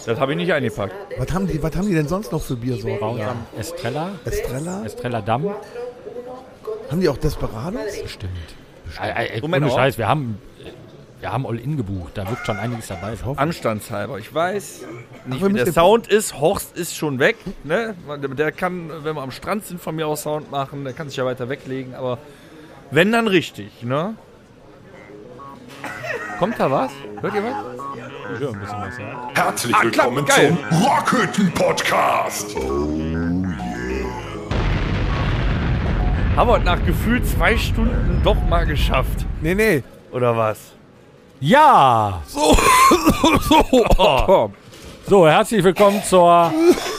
Das habe ich nicht eingepackt.
Was haben die, was haben die denn sonst noch für Biersorten?
Ja. Estrella,
Estrella?
Estrella Damm.
Haben die auch Desperados?
Bestimmt. Äh, äh,
Moment,
ohne
auch.
Scheiß, wir haben, äh, wir haben All-In gebucht. Da wird schon einiges dabei sein.
Anstandshalber. Ich weiß nicht,
wir
wie
müssen
der
den-
Sound ist. Horst ist schon weg. Ne? Der kann, wenn wir am Strand sind, von mir aus Sound machen. Der kann sich ja weiter weglegen. Aber wenn, dann richtig. Ne? Kommt da was? Hört ihr was?
Herzlich
klar,
willkommen
geil.
zum Rockhütten-Podcast.
Haben wir nach gefühlt zwei Stunden doch mal geschafft.
Nee, nee.
Oder was?
Ja!
Oh,
So, herzlich willkommen zur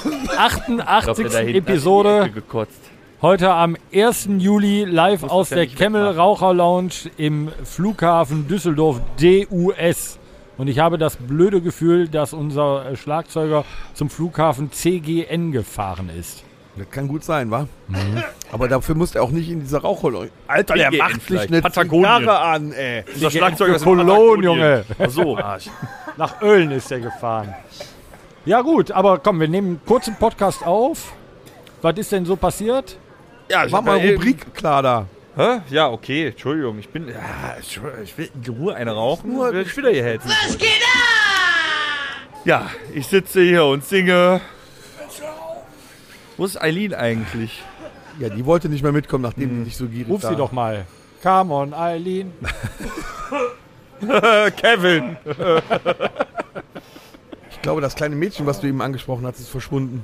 ich glaub, der
88.
da hinten hat in die Ecke
Episode.
gekotzt.
Heute am 1. Juli live
das
aus
ja
der
nicht
Kemmel
wegmachen.
Raucher Lounge im Flughafen Düsseldorf DUS. Und ich habe das blöde Gefühl, dass unser äh, Schlagzeuger zum Flughafen CGN gefahren ist.
Das kann gut sein, wa? Aber dafür musst du auch nicht in dieser Rauchhölle. Alter,
Mhm. der macht vielleicht Patagonien.
Zigarre an, ey.
Unser Schlagzeuger ist
Cologne, Junge.
Ach so, Arsch.
Nach Ölln ist er gefahren. Ja gut, aber komm, wir nehmen einen kurzen Podcast auf. Was ist denn so passiert?
Ja,
Mach mal Rubrik klar da.
Hä? Ja, okay, Entschuldigung, ich bin. Ja, Entschuldigung, ich will in Ruhe eine rauchen. Nur will ich wieder hier helfen. Was geht ab? Ja, ich sitze hier und singe. Wo ist Eileen eigentlich?
Ja, die wollte
Mhm.
nicht mehr mitkommen, nachdem die dich so gierig
Ruf
da-
sie doch mal. Come on, Eileen.
Äh, Kevin.
Ich glaube, das kleine Mädchen, was du eben angesprochen hast, ist verschwunden.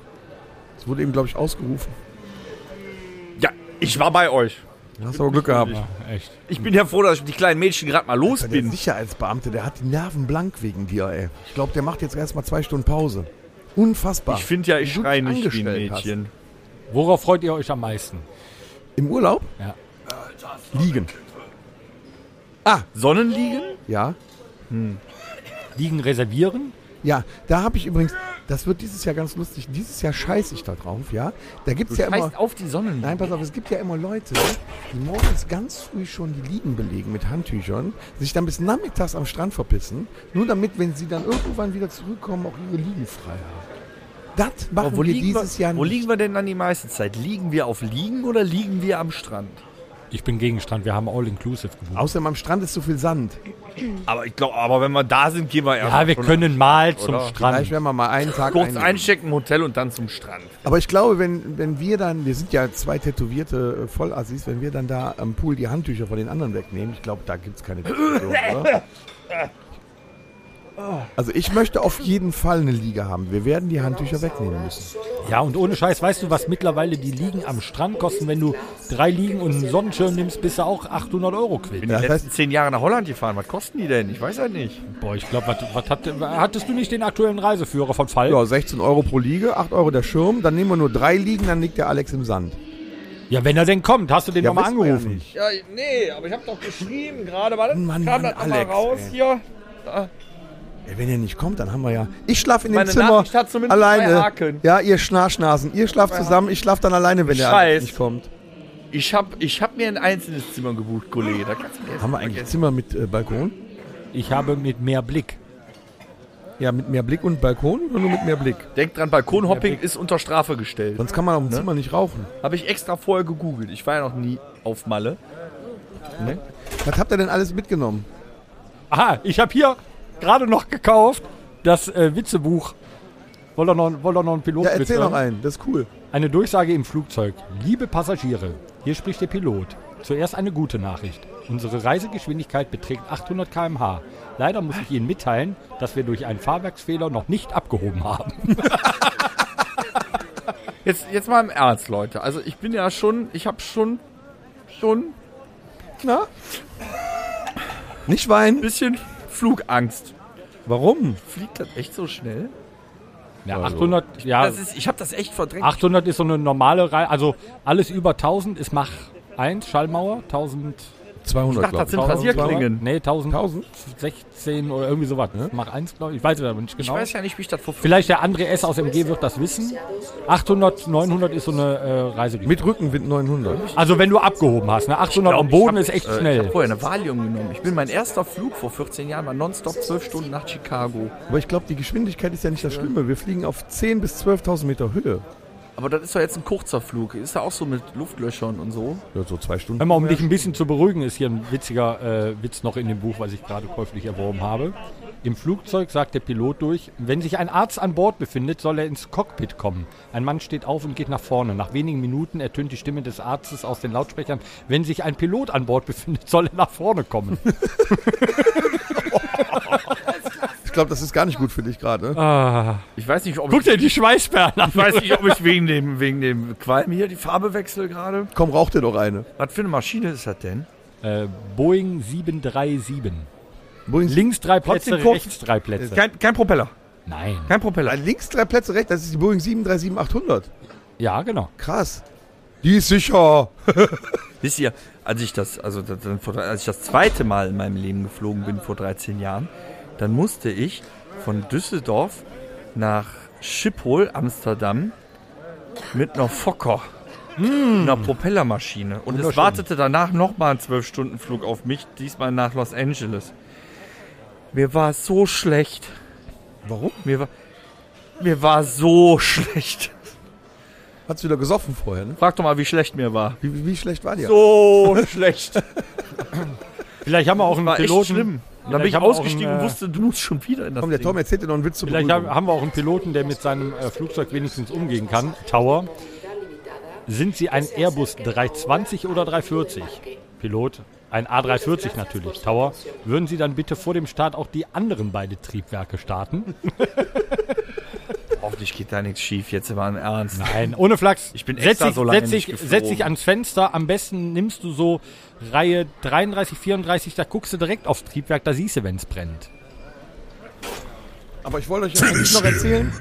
Es wurde eben, glaube ich, ausgerufen.
ja, ich war bei euch.
Du hast aber Glück gehabt.
Echt.
Ich bin ja froh, dass ich mit den kleinen Mädchen gerade mal los
Der
bin.
Sicherheitsbeamte, der hat die Nerven blank wegen dir, ey. Ich glaube, der macht jetzt erstmal zwei Stunden Pause. Unfassbar.
Ich finde ja,
Wie
ich
du dich
schreie nicht wie ein
angestellt hast.
Mädchen.
Worauf freut ihr euch am meisten?
Im Urlaub? Äh,
Ja.
Liegen.
Sonnenliegen?
Ja.
Liegen reservieren?
Ja, da habe ich übrigens, das wird dieses Jahr ganz lustig, dieses Jahr scheiße ich da drauf, ja. Da gibt's ja immer,
auf die Sonnenliegen.
nein, pass auf, es gibt ja immer Leute, die morgens ganz früh schon die Liegen belegen mit Handtüchern, sich dann bis nachmittags am Strand verpissen, nur damit, wenn sie dann irgendwann wieder zurückkommen, auch ihre Liegen frei haben. Das machen
Aber wo,
wir
liegen
dieses
wir,
Jahr
wo
nicht.
liegen wir denn dann die meiste Zeit? Liegen wir auf Liegen oder liegen wir am Strand?
Ich bin Gegenstand, wir haben All-Inclusive gebucht.
Außerdem am Strand ist so viel Sand.
Aber ich glaube, aber wenn wir da sind, gehen wir erst
Ja, wir
schon
können mal zum
Oder?
Strand.
Vielleicht werden wir mal einen Tag
kurz
einlegen.
einchecken im Hotel und dann zum Strand.
Aber ich glaube, wenn, wenn wir dann, wir sind ja zwei tätowierte äh, Vollassis, wenn wir dann da am Pool die Handtücher von den anderen wegnehmen, ich glaube, da gibt's keine Diskussion, oder? Also ich möchte auf jeden Fall eine Liga haben. Wir werden die Handtücher wegnehmen müssen.
Ja, und ohne Scheiß, weißt du, was mittlerweile die Liegen am Strand kosten? Wenn du drei Liegen und einen Sonnenschirm nimmst, bist du auch 800 Euro quitt.
Die
Das heißt,
letzten zehn Jahre nach Holland gefahren. Was kosten die denn? Ich weiß halt nicht.
Boah, ich glaube, was, was hat, hattest du nicht den aktuellen Reiseführer von Fall?
ja, 16 Euro pro Liege, 8 Euro der Schirm, dann nehmen wir nur drei Liegen, dann liegt der Alex im Sand.
Ja, wenn er denn kommt, hast du den
Ja,
nochmal
wissen wir ja
angerufen.
nicht.
Ja, nee, aber ich habe doch geschrieben gerade. Warte,
Mann,
kam
Mann,
das nochmal
Alex,
raus
ey.
hier.
Ey, wenn er nicht kommt, dann haben wir ja. Ich schlafe in dem
Meine
Zimmer
Nachricht hat zumindest
alleine.
zwei Haken.
Ja, ihr Schnarschnasen, ihr schlaft zusammen, ich schlafe dann alleine, wenn der
Scheiß.
Alex nicht kommt.
Ich hab, ich hab mir ein einzelnes Zimmer gebucht, Kollege. Da kannst du mir jetzt
Haben wir eigentlich Zimmer mit äh, Balkon?
Ich habe mit mehr Blick.
Ja, mit mehr Blick und Balkon oder nur mit mehr Blick?
Denk dran, Balkonhopping ist unter Strafe gestellt.
Sonst kann man
Ne?
auf dem Zimmer nicht rauchen.
Habe ich extra vorher gegoogelt. Ich war ja noch nie auf Malle.
Was habt ihr denn alles mitgenommen?
Aha, ich habe hier gerade noch gekauft das äh, Witzebuch. Wollt ihr noch, wollt ihr noch einen Pilot
Ja, erzähl
mithören?
noch einen, das ist cool.
Eine Durchsage im Flugzeug. Liebe Passagiere, hier spricht der Pilot. Zuerst eine gute Nachricht. Unsere Reisegeschwindigkeit beträgt 800 km/h. Leider muss ich Ihnen mitteilen, dass wir durch einen Fahrwerksfehler noch nicht abgehoben haben.
Jetzt, jetzt mal im Ernst, Leute. Also ich bin ja schon, ich hab schon, schon
Na? Nicht
ein
weinen.
bisschen Flugangst.
Warum?
Fliegt das echt so schnell?
Ja, 800, ja,
Das ist, ich hab das echt verdrängt.
800 ist so eine normale Reihe. Also alles über 1000 ist Mach 1, Schallmauer, 1000.
200,
dachte, das sind Rasierklingen.
Nee, 1016 oder irgendwie sowas. Ne? Mach 1, glaube ich. Ich weiß es aber nicht
Ich
genau.
weiß ja nicht, wie ich das vor
Vielleicht der André S. aus MG wird das wissen. 800, 900 ist so eine äh, Reisegeschwindigkeit.
Mit Rückenwind 900.
Also wenn du abgehoben hast, ne? 800 am Boden ist echt
Ich hab
schnell.
vorher eine Valium genommen. Ich bin mein erster Flug vor 14 Jahren war nonstop 12 Stunden nach Chicago.
Aber ich glaube, die Geschwindigkeit ist ja nicht das Schlimme. Wir fliegen auf 10.000 bis 12.000 Meter Höhe.
Aber das ist doch jetzt ein kurzer Flug. Ist ja auch so mit Luftlöchern und so.
Ja, so zwei Stunden.
Ähm.
Hör mal, um dich ein bisschen zu beruhigen, ist hier ein witziger äh, Witz noch in dem Buch, was ich gerade käuflich erworben habe. Im Flugzeug sagt der Pilot durch, wenn sich ein Arzt an Bord befindet, soll er ins Cockpit kommen. Ein Mann steht auf und geht nach vorne. Nach wenigen Minuten ertönt die Stimme des Arztes aus den Lautsprechern, wenn sich ein Pilot an Bord befindet, soll er nach vorne kommen.
Ich glaube, das ist gar nicht gut für dich gerade.
Ah.
ne?
Ich weiß nicht, ob
Guck dir die Schweißperlen an.
Ich weiß nicht, ob ich wegen dem, wegen dem Qualm hier die Farbe wechsle gerade.
Komm, rauch dir doch eine.
Was für eine Maschine ist das denn?
Äh, Boeing 737.
Links,
Links drei
Trotzdem
Plätze,
guck-
rechts drei Plätze.
Kein, kein Propeller.
Nein.
Kein Propeller.
links drei Plätze rechts, das ist die Boeing 737-800.
Ja, genau.
Krass. Die ist sicher.
Wisst ihr, als ich das, also das, dann vor- als ich das zweite Mal in meinem Leben geflogen bin vor 13 Jahren, dann musste ich von Düsseldorf nach Schiphol, Amsterdam, mit einer Fokker, einer Propellermaschine. Und es wartete danach nochmal ein 12-Stunden-Flug auf mich, diesmal nach Los Angeles. Mir war so schlecht.
Warum?
Mir war, mir war so schlecht.
Hat's wieder gesoffen vorher, ne?
Frag doch mal, wie schlecht mir war.
Wie, wie- wie schlecht war die?
So schlecht.
Vielleicht haben wir auch einen
War
Piloten.
echt schlimm. Und dann
Ja,
bin
ich
ich
hab auch
ausgestiegen
einen,
und
äh,
wusste, du musst schon wieder in das
Komm, der
Ding.
Tom erzählt dir noch einen Witz zu
Vielleicht haben haben wir auch einen Piloten, der mit seinem äh, Flugzeug wenigstens umgehen kann. Tower. Sind Sie ein Airbus 320 oder 340? Pilot, ein A340 natürlich, Tower, würden Sie dann bitte vor dem Start auch die anderen beiden Triebwerke starten?
Hoffentlich geht da nichts schief, jetzt immer im Ernst.
Nein, ohne Flachs.
Ich bin
setz
extra
dich,
so lange
setz
nicht
dich,
geflogen.
setz dich ans Fenster, am besten nimmst du so Reihe 33, 34, da guckst du direkt aufs Triebwerk, da siehst du, wenn es brennt.
Aber ich wollte euch ja eigentlich noch erzählen,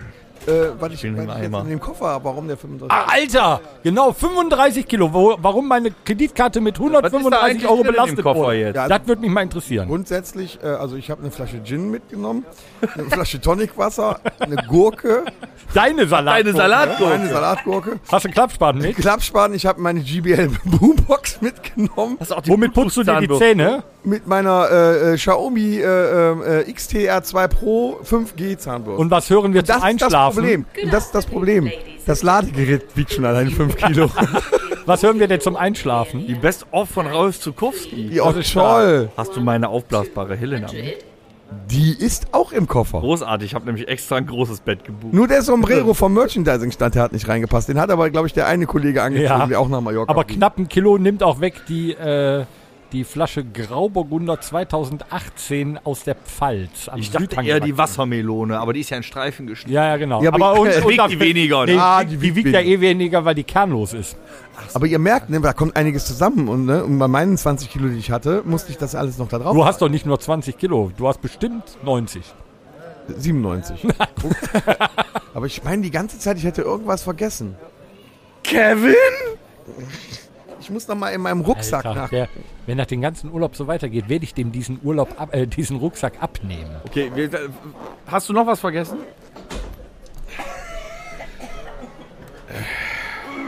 äh, was ich,
bin
was
im
ich jetzt
Eimer.
in dem Koffer habe, warum der 35
Ah, Alter! Genau, 35 Kilo. Wo, warum meine Kreditkarte mit
da
135
eigentlich
Euro
drin in dem
belastet
Koffer
wurde?
jetzt?
Ja, Das würde mich mal interessieren.
Grundsätzlich, äh, also ich habe eine Flasche Gin mitgenommen, eine Flasche Tonicwasser, eine Gurke, ne?
Deine Salat.
Deine Salatgurke.
eine Salatgurke,
Hast du einen Klappspaten mit?
Klappspaten, ich habe meine GBL Boombox mitgenommen,
Womit putzt du dir die
Zahnbürste.
Zähne?
mit meiner äh, äh, Xiaomi äh, äh, XTR2 Pro 5G Zahnbürste.
Und was hören wir
das
zum
ist das
Einschlafen?
Problem. Und das ist das Problem. Das Ladegerät wiegt schon allein 5 Kilo.
Was hören wir denn zum Einschlafen?
Die Best-of von Rolf Zukowski.
Die auch toll.
Hast du meine aufblasbare Helen am?
Die ist auch im Koffer.
Großartig, ich habe nämlich extra ein großes Bett gebucht.
Nur der Sombrero vom Merchandising-Stand, der hat nicht reingepasst. Den hat aber, glaube ich, der eine Kollege angezogen,
Ja.
der auch nach Mallorca
Aber
fliegt.
knapp ein Kilo nimmt auch weg die, äh, die Flasche Grauburgunder 2018 aus der Pfalz. Am
ich dachte
Südhang
eher die
gewachsen.
Wassermelone, aber die ist ja in Streifen geschnitten.
Ja, ja, genau.
Ja, aber ich-
uns-
Wiegt
uns-
Äh, die weniger,
Nee,
ne?
Ah,
die,
die
wiegt,
wiegt
ja eh weniger, weil die kernlos ist.
Aber ihr merkt, ne, da kommt einiges zusammen. Und, ne, und bei meinen 20 Kilo, die ich hatte, musste ich das alles noch da drauf.
Du hast doch nicht nur 20 Kilo, du hast bestimmt 90.
97. aber ich meine die ganze Zeit, ich hätte irgendwas vergessen.
Kevin?
Ich muss noch mal in meinem Rucksack
Alter,
nach.
der, wenn das den ganzen Urlaub so weitergeht, werde ich dem diesen Urlaub ab, äh, diesen Rucksack abnehmen.
Okay, wir, äh, hast du noch was vergessen?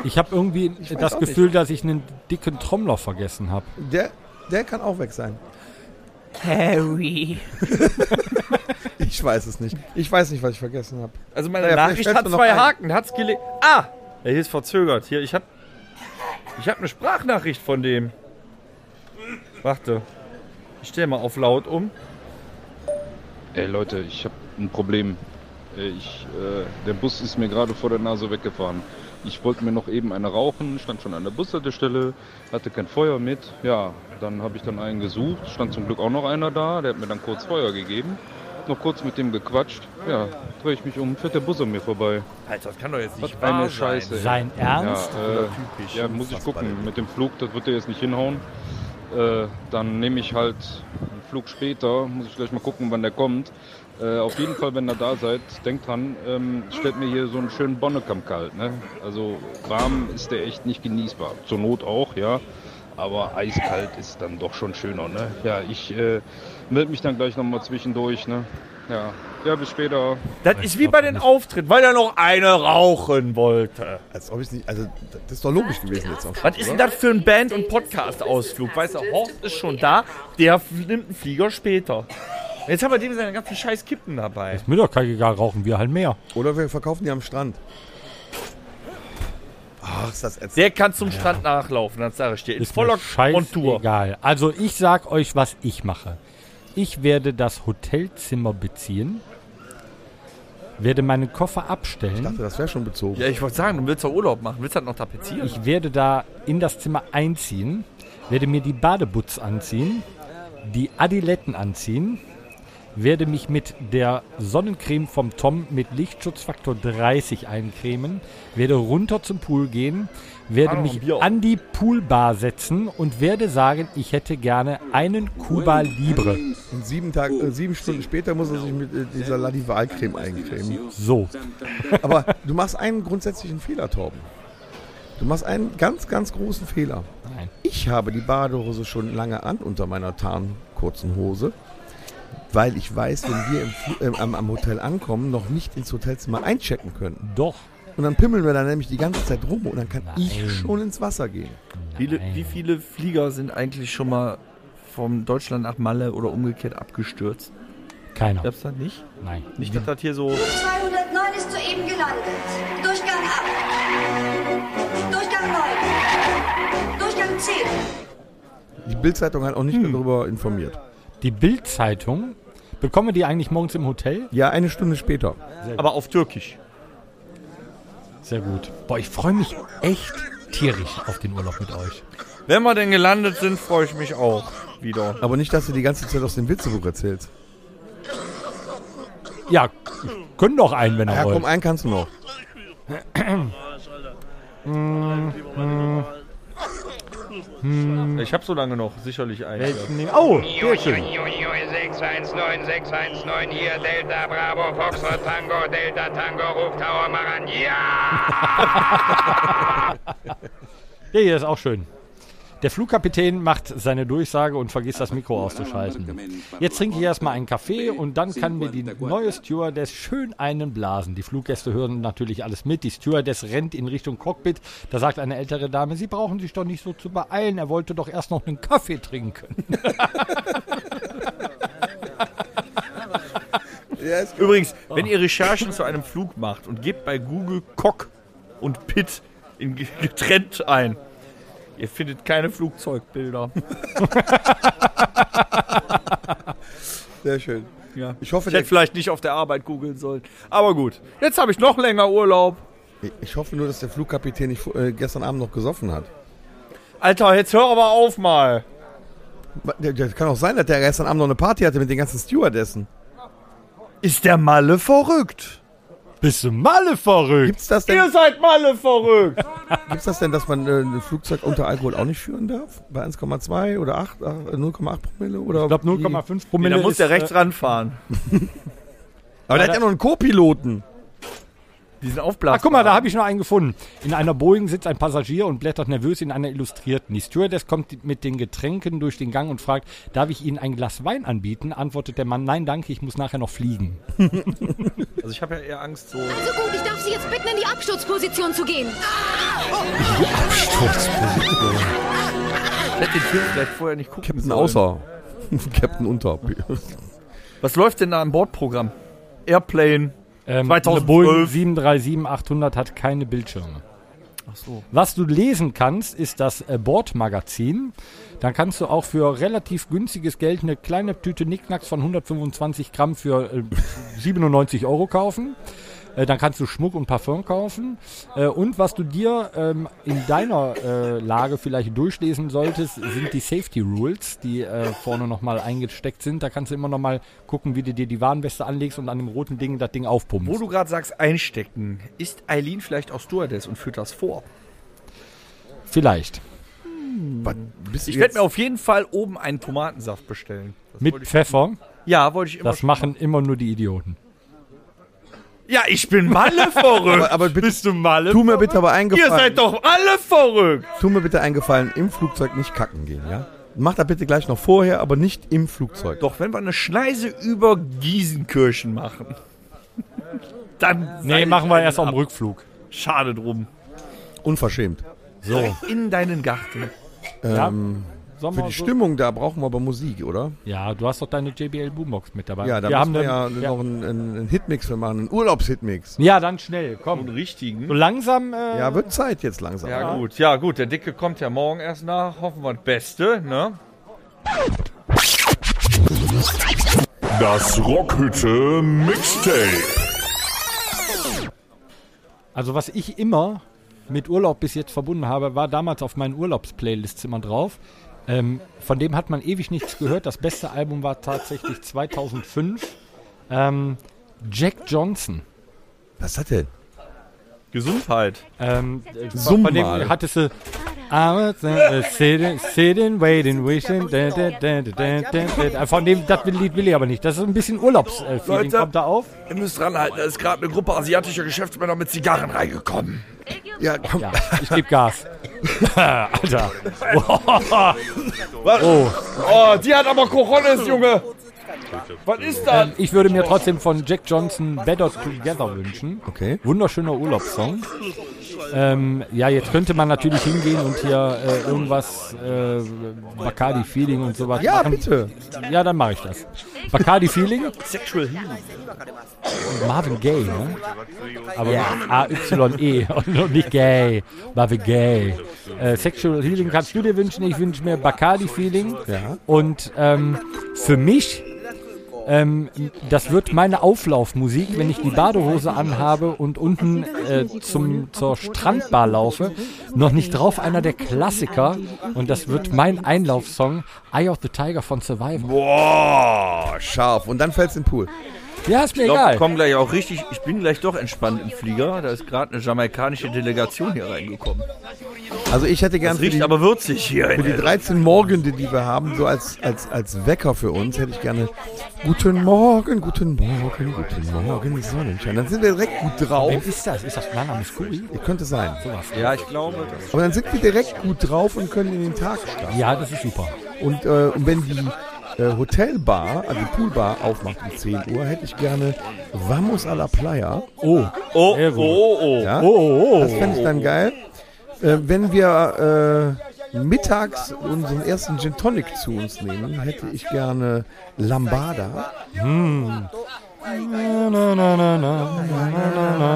Ich habe irgendwie
weiß
das
auch
Gefühl, dass ich einen dicken Trommler vergessen habe.
Der, der kann auch weg sein.
Harry.
Ich weiß es nicht. Ich weiß nicht, was ich vergessen habe.
Also meine
Naja, vielleicht
Nachricht
fällst
hat
du noch
zwei
ein.
Haken, hat's gelegt. Ah! Ja, hier ist verzögert. Hier, ich hab. Ich hab eine Sprachnachricht von dem. Warte. Ich stell mal auf laut um.
Ey Leute, ich habe ein Problem. Äh, Ich, äh, der Bus ist mir gerade vor der Nase weggefahren. Ich wollte mir noch eben eine rauchen, stand schon an der Bushaltestelle, hatte kein Feuer mit. Ja, dann habe ich dann einen gesucht, stand zum Glück auch noch einer da, der hat mir dann kurz Feuer gegeben. Noch kurz mit dem gequatscht. Ja, drehe ich mich um, fährt der Bus an mir vorbei.
Alter, das kann doch jetzt
Was
nicht wahr
eine
sein.
Scheiße. ey.
Sein Ernst?
Ja, äh, ja muss ich gucken. Mit dem Flug, das wird er jetzt nicht hinhauen. Äh, dann nehme ich halt einen Flug später, muss ich gleich mal gucken, wann der kommt. Äh, auf jeden Fall, wenn ihr da seid, denkt dran, ähm, stellt mir hier so einen schönen Bonnekamp kalt. Ne? Also warm ist der echt nicht genießbar. Zur Not auch, ja. Aber eiskalt ist dann doch schon schöner. Ne? Ja, ich äh, melde mich dann gleich nochmal zwischendurch. Ne? Ja. ja, bis später.
Das ist wie bei den Auftritten, weil da noch einer rauchen wollte.
Als ob ich nicht. Also, das ist doch logisch gewesen jetzt auch.
Was ist denn das für ein Band- und Podcast-Ausflug? Weißt du, Horst ist schon da, der f- nimmt einen Flieger später. Jetzt haben wir dem seine ganzen scheiß Kippen dabei.
Mir doch kein egal, rauchen wir halt mehr.
Oder wir verkaufen die am Strand. Ach, ist das ätzend.
Der kann zum Strand nachlaufen, dann sage ich dir. In
Ist
voller
mir scheißegal.
Kontur.
Egal. Also ich sag euch, was ich mache. Ich werde das Hotelzimmer beziehen, werde meinen Koffer
Ich
abstellen.
dachte, das wäre schon bezogen.
Ja, ich wollte sagen, du willst doch Urlaub machen. Willst du das noch tapezieren?
Ich werde da in das Zimmer einziehen, werde mir die Badebutz anziehen, die Adiletten anziehen, werde mich mit der Sonnencreme vom Tom mit Lichtschutzfaktor 30 eincremen, werde runter zum Pool gehen, werde mich an die Poolbar setzen und werde sagen, ich hätte gerne einen Cuba Libre.
Und sieben, Tag, äh, sieben Stunden später muss er sich mit äh, dieser Ladival-Creme eincremen.
So,
Aber du machst einen grundsätzlichen Fehler, Torben. Du machst einen ganz, ganz großen Fehler.
Nein.
Ich habe die Badehose schon lange an unter meiner tarnkurzen Hose, weil ich weiß, wenn wir im, Fl- äh, am, am Hotel ankommen, noch nicht ins Hotelzimmer einchecken können.
doch.
Und dann pimmeln wir da nämlich die ganze Zeit rum und dann kann
Nein.
ich schon ins Wasser gehen.
Viele,
Nein.
wie viele Flieger sind eigentlich schon mal von Deutschland nach Malle oder umgekehrt abgestürzt?
Keiner.
Gab's das nicht?
Nein.
Nicht, dass das hier so.
209 ist soeben gelandet. Durchgang ab. Durchgang 9. Durchgang 10.
Die Bildzeitung hat auch
Hm.
nicht mehr darüber informiert.
Die Bild-Zeitung, bekommen wir die eigentlich morgens im Hotel?
Ja, eine Stunde später.
Aber auf Türkisch.
Sehr gut. Boah, ich freue mich echt tierisch auf den Urlaub mit euch.
Wenn wir denn gelandet sind, freue ich mich auch wieder.
Aber nicht, dass du die ganze Zeit aus dem Witzebuch erzählst.
Ja, können doch einen, wenn er
Ja,
wollt.
komm, einen kannst du noch.
Ich habe so lange noch, sicherlich einen.
Welchen nehmen- Oh, Bierchen.
619, 619, hier Delta Bravo, Foxtrot Tango, Delta Tango, ruft Tower Maran. Ja!
Ja, hier ist auch schön. Der Flugkapitän macht seine Durchsage und vergisst das Mikro auszuschalten. Jetzt trinke ich erstmal einen Kaffee und dann kann mir die neue Stewardess schön einen blasen. Die Fluggäste hören natürlich alles mit. Die Stewardess rennt in Richtung Cockpit. Da sagt eine ältere Dame, Sie brauchen sich doch nicht so zu beeilen. Er wollte doch erst noch einen Kaffee trinken.
Übrigens, wenn ihr Recherchen zu einem Flug macht und gebt bei Google Cock und Pit in ge- getrennt ein, ihr findet keine Flugzeugbilder.
Sehr schön.
Ja.
Ich hoffe,
ich hätte
der-
vielleicht nicht auf der Arbeit googeln sollen. Aber gut, jetzt habe ich noch länger Urlaub.
Ich hoffe nur, dass der Flugkapitän nicht vor- äh, gestern Abend noch gesoffen hat.
Alter, jetzt hör aber auf mal.
Das kann auch sein, dass der gestern Abend noch eine Party hatte mit den ganzen Stewardessen.
Ist der Malle verrückt?
Bist du Malle verrückt?
Gibt's das denn?
Ihr seid Malle verrückt!
Gibt's das denn, dass man äh, ein Flugzeug unter Alkohol auch nicht führen darf? Bei 1,2 oder 8, äh, 0,8 Promille? Oder
Ich glaub,
wie?
0,5 Promille
da muss der rechts ranfahren.
Aber der hat ja noch einen Co-Piloten.
Die sind
Ah,
aufblasbar.
guck mal, da habe ich noch einen gefunden. In einer Boeing sitzt ein Passagier und blättert nervös in einer Illustrierten. Die Stewardess kommt mit den Getränken durch den Gang und fragt, darf ich Ihnen ein Glas Wein anbieten? Antwortet der Mann, nein, danke, ich muss nachher noch fliegen.
Also ich habe ja eher Angst so.
Also gut, ich darf Sie jetzt bitten, in die Absturzposition zu gehen.
Ich hätte den Film vielleicht vorher nicht gucken
Captain
sollen.
Außer. Captain Unter.
Was läuft denn da im Bordprogramm? Airplane
Ähm, eine
2012.
Boeing 737-800 hat keine Bildschirme.
Ach so.
Was du lesen kannst, ist das äh, Bordmagazin. Dann kannst du auch für relativ günstiges Geld eine kleine Tüte Nicknacks von 125 Gramm für äh, 97 Euro kaufen. Äh, Dann kannst du Schmuck und Parfum kaufen. Äh, Und was du dir ähm, in deiner äh, Lage vielleicht durchlesen solltest, sind die Safety Rules, die äh, vorne nochmal eingesteckt sind. Da kannst du immer nochmal gucken, wie du dir die Warnweste anlegst und an dem roten Ding das Ding aufpumpst.
Wo du gerade sagst, einstecken, ist Eileen vielleicht auch Stewardess und führt das vor?
Vielleicht.
Ich werde mir auf jeden Fall oben einen Tomatensaft bestellen.
Mit Pfeffer.
Ja, wollte ich immer
Das machen immer nur die Idioten.
Ja, ich bin Malle verrückt.
Aber, aber bitte,
Bist du Malle?
tu mir bitte aber einen
Ihr
Gefallen.
seid doch alle verrückt.
Tu mir bitte einen Gefallen, im Flugzeug nicht kacken gehen, ja? Mach das bitte gleich noch vorher, aber nicht im Flugzeug.
Doch wenn wir eine Schneise über Gießenkirchen machen, dann.
Nee, machen wir erst am Rückflug.
Schade drum.
Unverschämt.
So. In deinen Garten.
Ja.
Ähm,
Sollen
für
wir
die
so-
Stimmung da brauchen wir aber Musik, oder?
Ja, du hast doch deine JBL Boombox mit dabei.
Ja, da
wir haben
müssen wir ja
dann- ja,
noch einen, einen, einen Hitmix für machen, einen Urlaubshitmix.
ja, dann schnell, komm.
Und richtigen.
So langsam. Äh,
Ja, wird Zeit jetzt langsam.
Ja, gut, ja, gut. Der Dicke kommt ja morgen erst nach. Hoffen wir das Beste, ne?
Das Rockhütte Mixtape.
Also was ich immer mit Urlaub bis jetzt verbunden habe, war damals auf meinen Urlaubsplaylists immer drauf. Ähm, von dem hat man ewig nichts gehört. Das beste Album war tatsächlich 2005. Ähm, Jack Johnson.
Was hat denn?
Gesundheit.
Ähm,
Summ
von
mal.
dem hattest du. I'm sitting, sitting, waiting, wishing. da, da, da, da, da, da. Von dem, das Lied will ich aber nicht. Das ist ein bisschen Urlaubsfeeling.
Leute.
Kommt da auf?
Ihr müsst dranhalten, da ist gerade eine Gruppe asiatischer Geschäftsmänner mit Zigarren reingekommen.
Ja, komm.
Ja, ich gebe Gas. Alter.
Oh. oh, die hat aber Coronis, Junge. Was ist das?
Ähm, ich würde mir trotzdem von Jack Johnson Better Together wünschen.
Okay.
Wunderschöner Urlaubssong. Ähm, ja, jetzt könnte man natürlich hingehen und hier äh, irgendwas äh, Bacardi Feeling und sowas
Ja,
machen.
bitte.
Ja, dann mache ich das. Bacardi Feeling,
Sexual Healing.
Marvin Gaye, ne? Aber A-Y-E E und nicht Gay. Marvin Gaye. Äh, Sexual Healing kannst du dir wünschen, ich wünsche mir Bacardi Feeling.
Ja.
Und ähm, für mich Ähm, das wird meine Auflaufmusik, wenn ich die Badehose anhabe und unten äh, zum, zur Strandbar laufe. Noch nicht drauf, einer der Klassiker. Und das wird mein Einlaufsong, Eye of the Tiger von Survivor.
Oh,
Boah, scharf. Und dann fällst du in den Pool.
Ja, ist mir
ich glaub,
egal.
Ich komme gleich auch richtig, ich bin gleich doch entspannt im Flieger. Da ist gerade eine jamaikanische Delegation hier reingekommen.
Also ich hätte gern
Das riecht
die,
aber würzig hier.
für
in
die
L.A.
13 Morgende, die wir haben, so als, als, als Wecker für uns, hätte ich gerne Guten Morgen, guten Morgen, guten Morgen, Sonnenschein. Dann sind wir direkt gut drauf.
Wem ist das? Ist das Nana Muscuri?
Könnte sein.
Ja, ich glaube. das-
Aber dann sind wir direkt gut drauf und können in den Tag starten.
Ja, das ist super.
Und, äh, und wenn die äh, Hotelbar, also die Poolbar, aufmacht um 10 Uhr, hätte ich gerne Vamos a la Playa.
Oh,
oh,
sehr gut.
oh, oh.
Ja?
Oh, oh, oh.
Das fände ich dann geil. Äh, wenn wir äh, mittags unseren ersten Gin Tonic zu uns nehmen, hätte ich gerne Lambada.
Hm.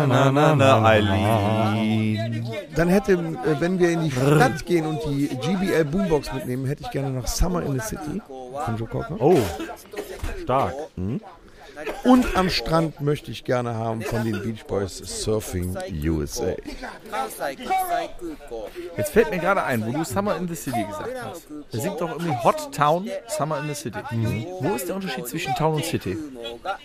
Na, na, na, Eileen.
Dann hätte, äh, wenn wir in die Stadt gehen und die GBL Boombox mitnehmen, hätte ich gerne noch Summer in the City von Joe Cocker.
Oh, stark.
Und am Strand möchte ich gerne haben von den Beach Boys Surfing USA.
Jetzt fällt mir gerade ein, wo du Summer in the City gesagt hast. Da singt doch irgendwie Hot Town, Summer in the City. Wo ist der Unterschied zwischen Town und City?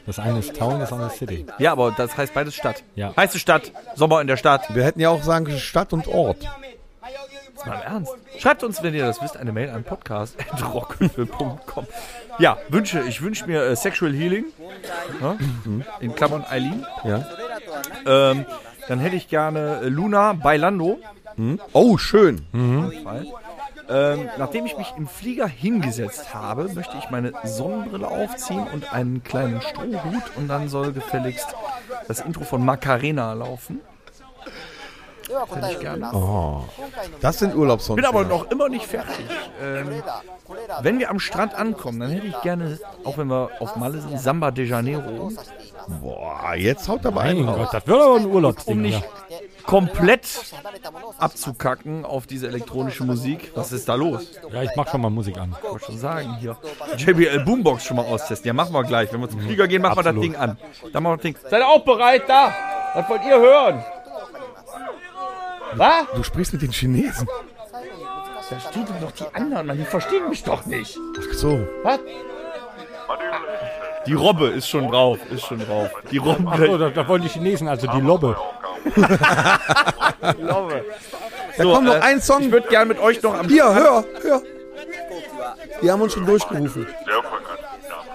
Das eine ist Town, das andere ist City.
Ja, aber das heißt beides Stadt.
Ja.
Heiße Stadt, Sommer in der Stadt.
Wir hätten ja auch sagen können, Stadt und Ort.
Jetzt mal im Ernst. Schreibt uns, wenn ihr das wisst, eine Mail an podcast.rockhütte.com. Ja, Wünsche. Ich wünsche mir äh, Sexual Healing. Ne? In Klammern Eileen.
Ja.
Ähm, dann hätte ich gerne äh, Luna Bailando.
Oh, schön.
Fall. Ähm, nachdem ich mich im Flieger hingesetzt habe, möchte ich meine Sonnenbrille aufziehen und einen kleinen Strohhut und dann soll gefälligst das Intro von Macarena laufen. Hätte ich gerne.
Oh, das sind Urlaubssongs.
Bin aber noch immer nicht fertig. Ähm, wenn wir am Strand ankommen, dann hätte ich gerne, auch wenn wir auf Malle sind, Samba de Janeiro.
Boah, jetzt haut dabei
Mein
einen
Gott,
raus.
das wird aber ein Urlaubsding.
Um
ja.
nicht komplett abzukacken auf diese elektronische Musik. Was ist da los?
ja, ich mach schon mal Musik an.
Ich wollte schon sagen, hier. JBL Boombox schon mal austesten. Ja, machen wir gleich. Wenn wir zum Flieger gehen, machen wir das
Absolut.
Ding an. Dann machen wir das Ding.
Seid ihr auch bereit da? Was wollt ihr hören? Was?
Du sprichst mit den Chinesen.
Da stehen doch noch die anderen, Mann. Die verstehen mich doch nicht.
Ach so.
Was?
Die Robbe ist schon drauf. Ist schon drauf. Die Robbe.
Achso, da, da wollen die Chinesen, also die Lobbe.
Da kommt noch ein Song.
äh, Ich würde gerne mit euch noch am
Hier, hör, hör. Die haben uns schon durchgerufen.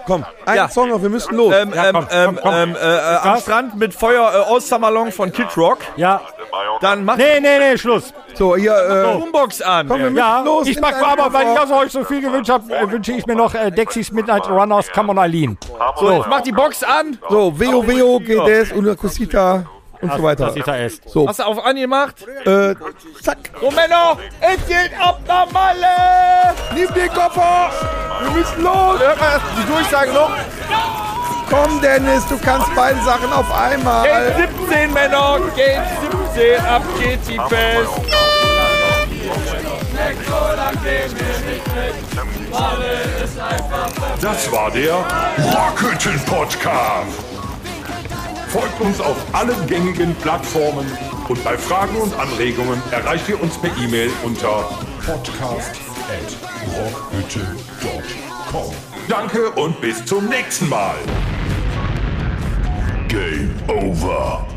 Komm, ein
Ja.
Song noch, wir müssen los.
Ähm, ähm, ähm, ähm, äh, äh, am Strand mit Feuer äh, aus Samalong von Kid Rock.
Ja.
Dann macht
Nee, nee, nee, Schluss.
so, hier, äh,
Boombox an.
komm, wir müssen
Ja,
los.
ich
Nimm
mag
deinen
aber, weil ich
Koffer.
also euch so viel gewünscht habe, äh, wünsche ich mir noch äh, Dexys Midnight Runners, Come on Eileen.
So, ich mach die Box an.
So, Veo, Veo, GDS, Una Cosita und so weiter.
Das ist er erst.
So,
Hast du auf angemacht?
äh, zack.
So Männer, es geht ab nach Malle!
Nimm den Koffer. Wir müssen los. Die Durchsage noch. Komm, Dennis, du kannst beide Sachen auf
Geht
einmal.
17 Männer, geht 17, ab geht die Fest!
Das war der Rockhütten Podcast. Folgt uns auf allen gängigen Plattformen und bei Fragen und Anregungen erreicht ihr uns per E-Mail unter podcast@rockhütte.com. Danke und bis zum nächsten Mal. Game over.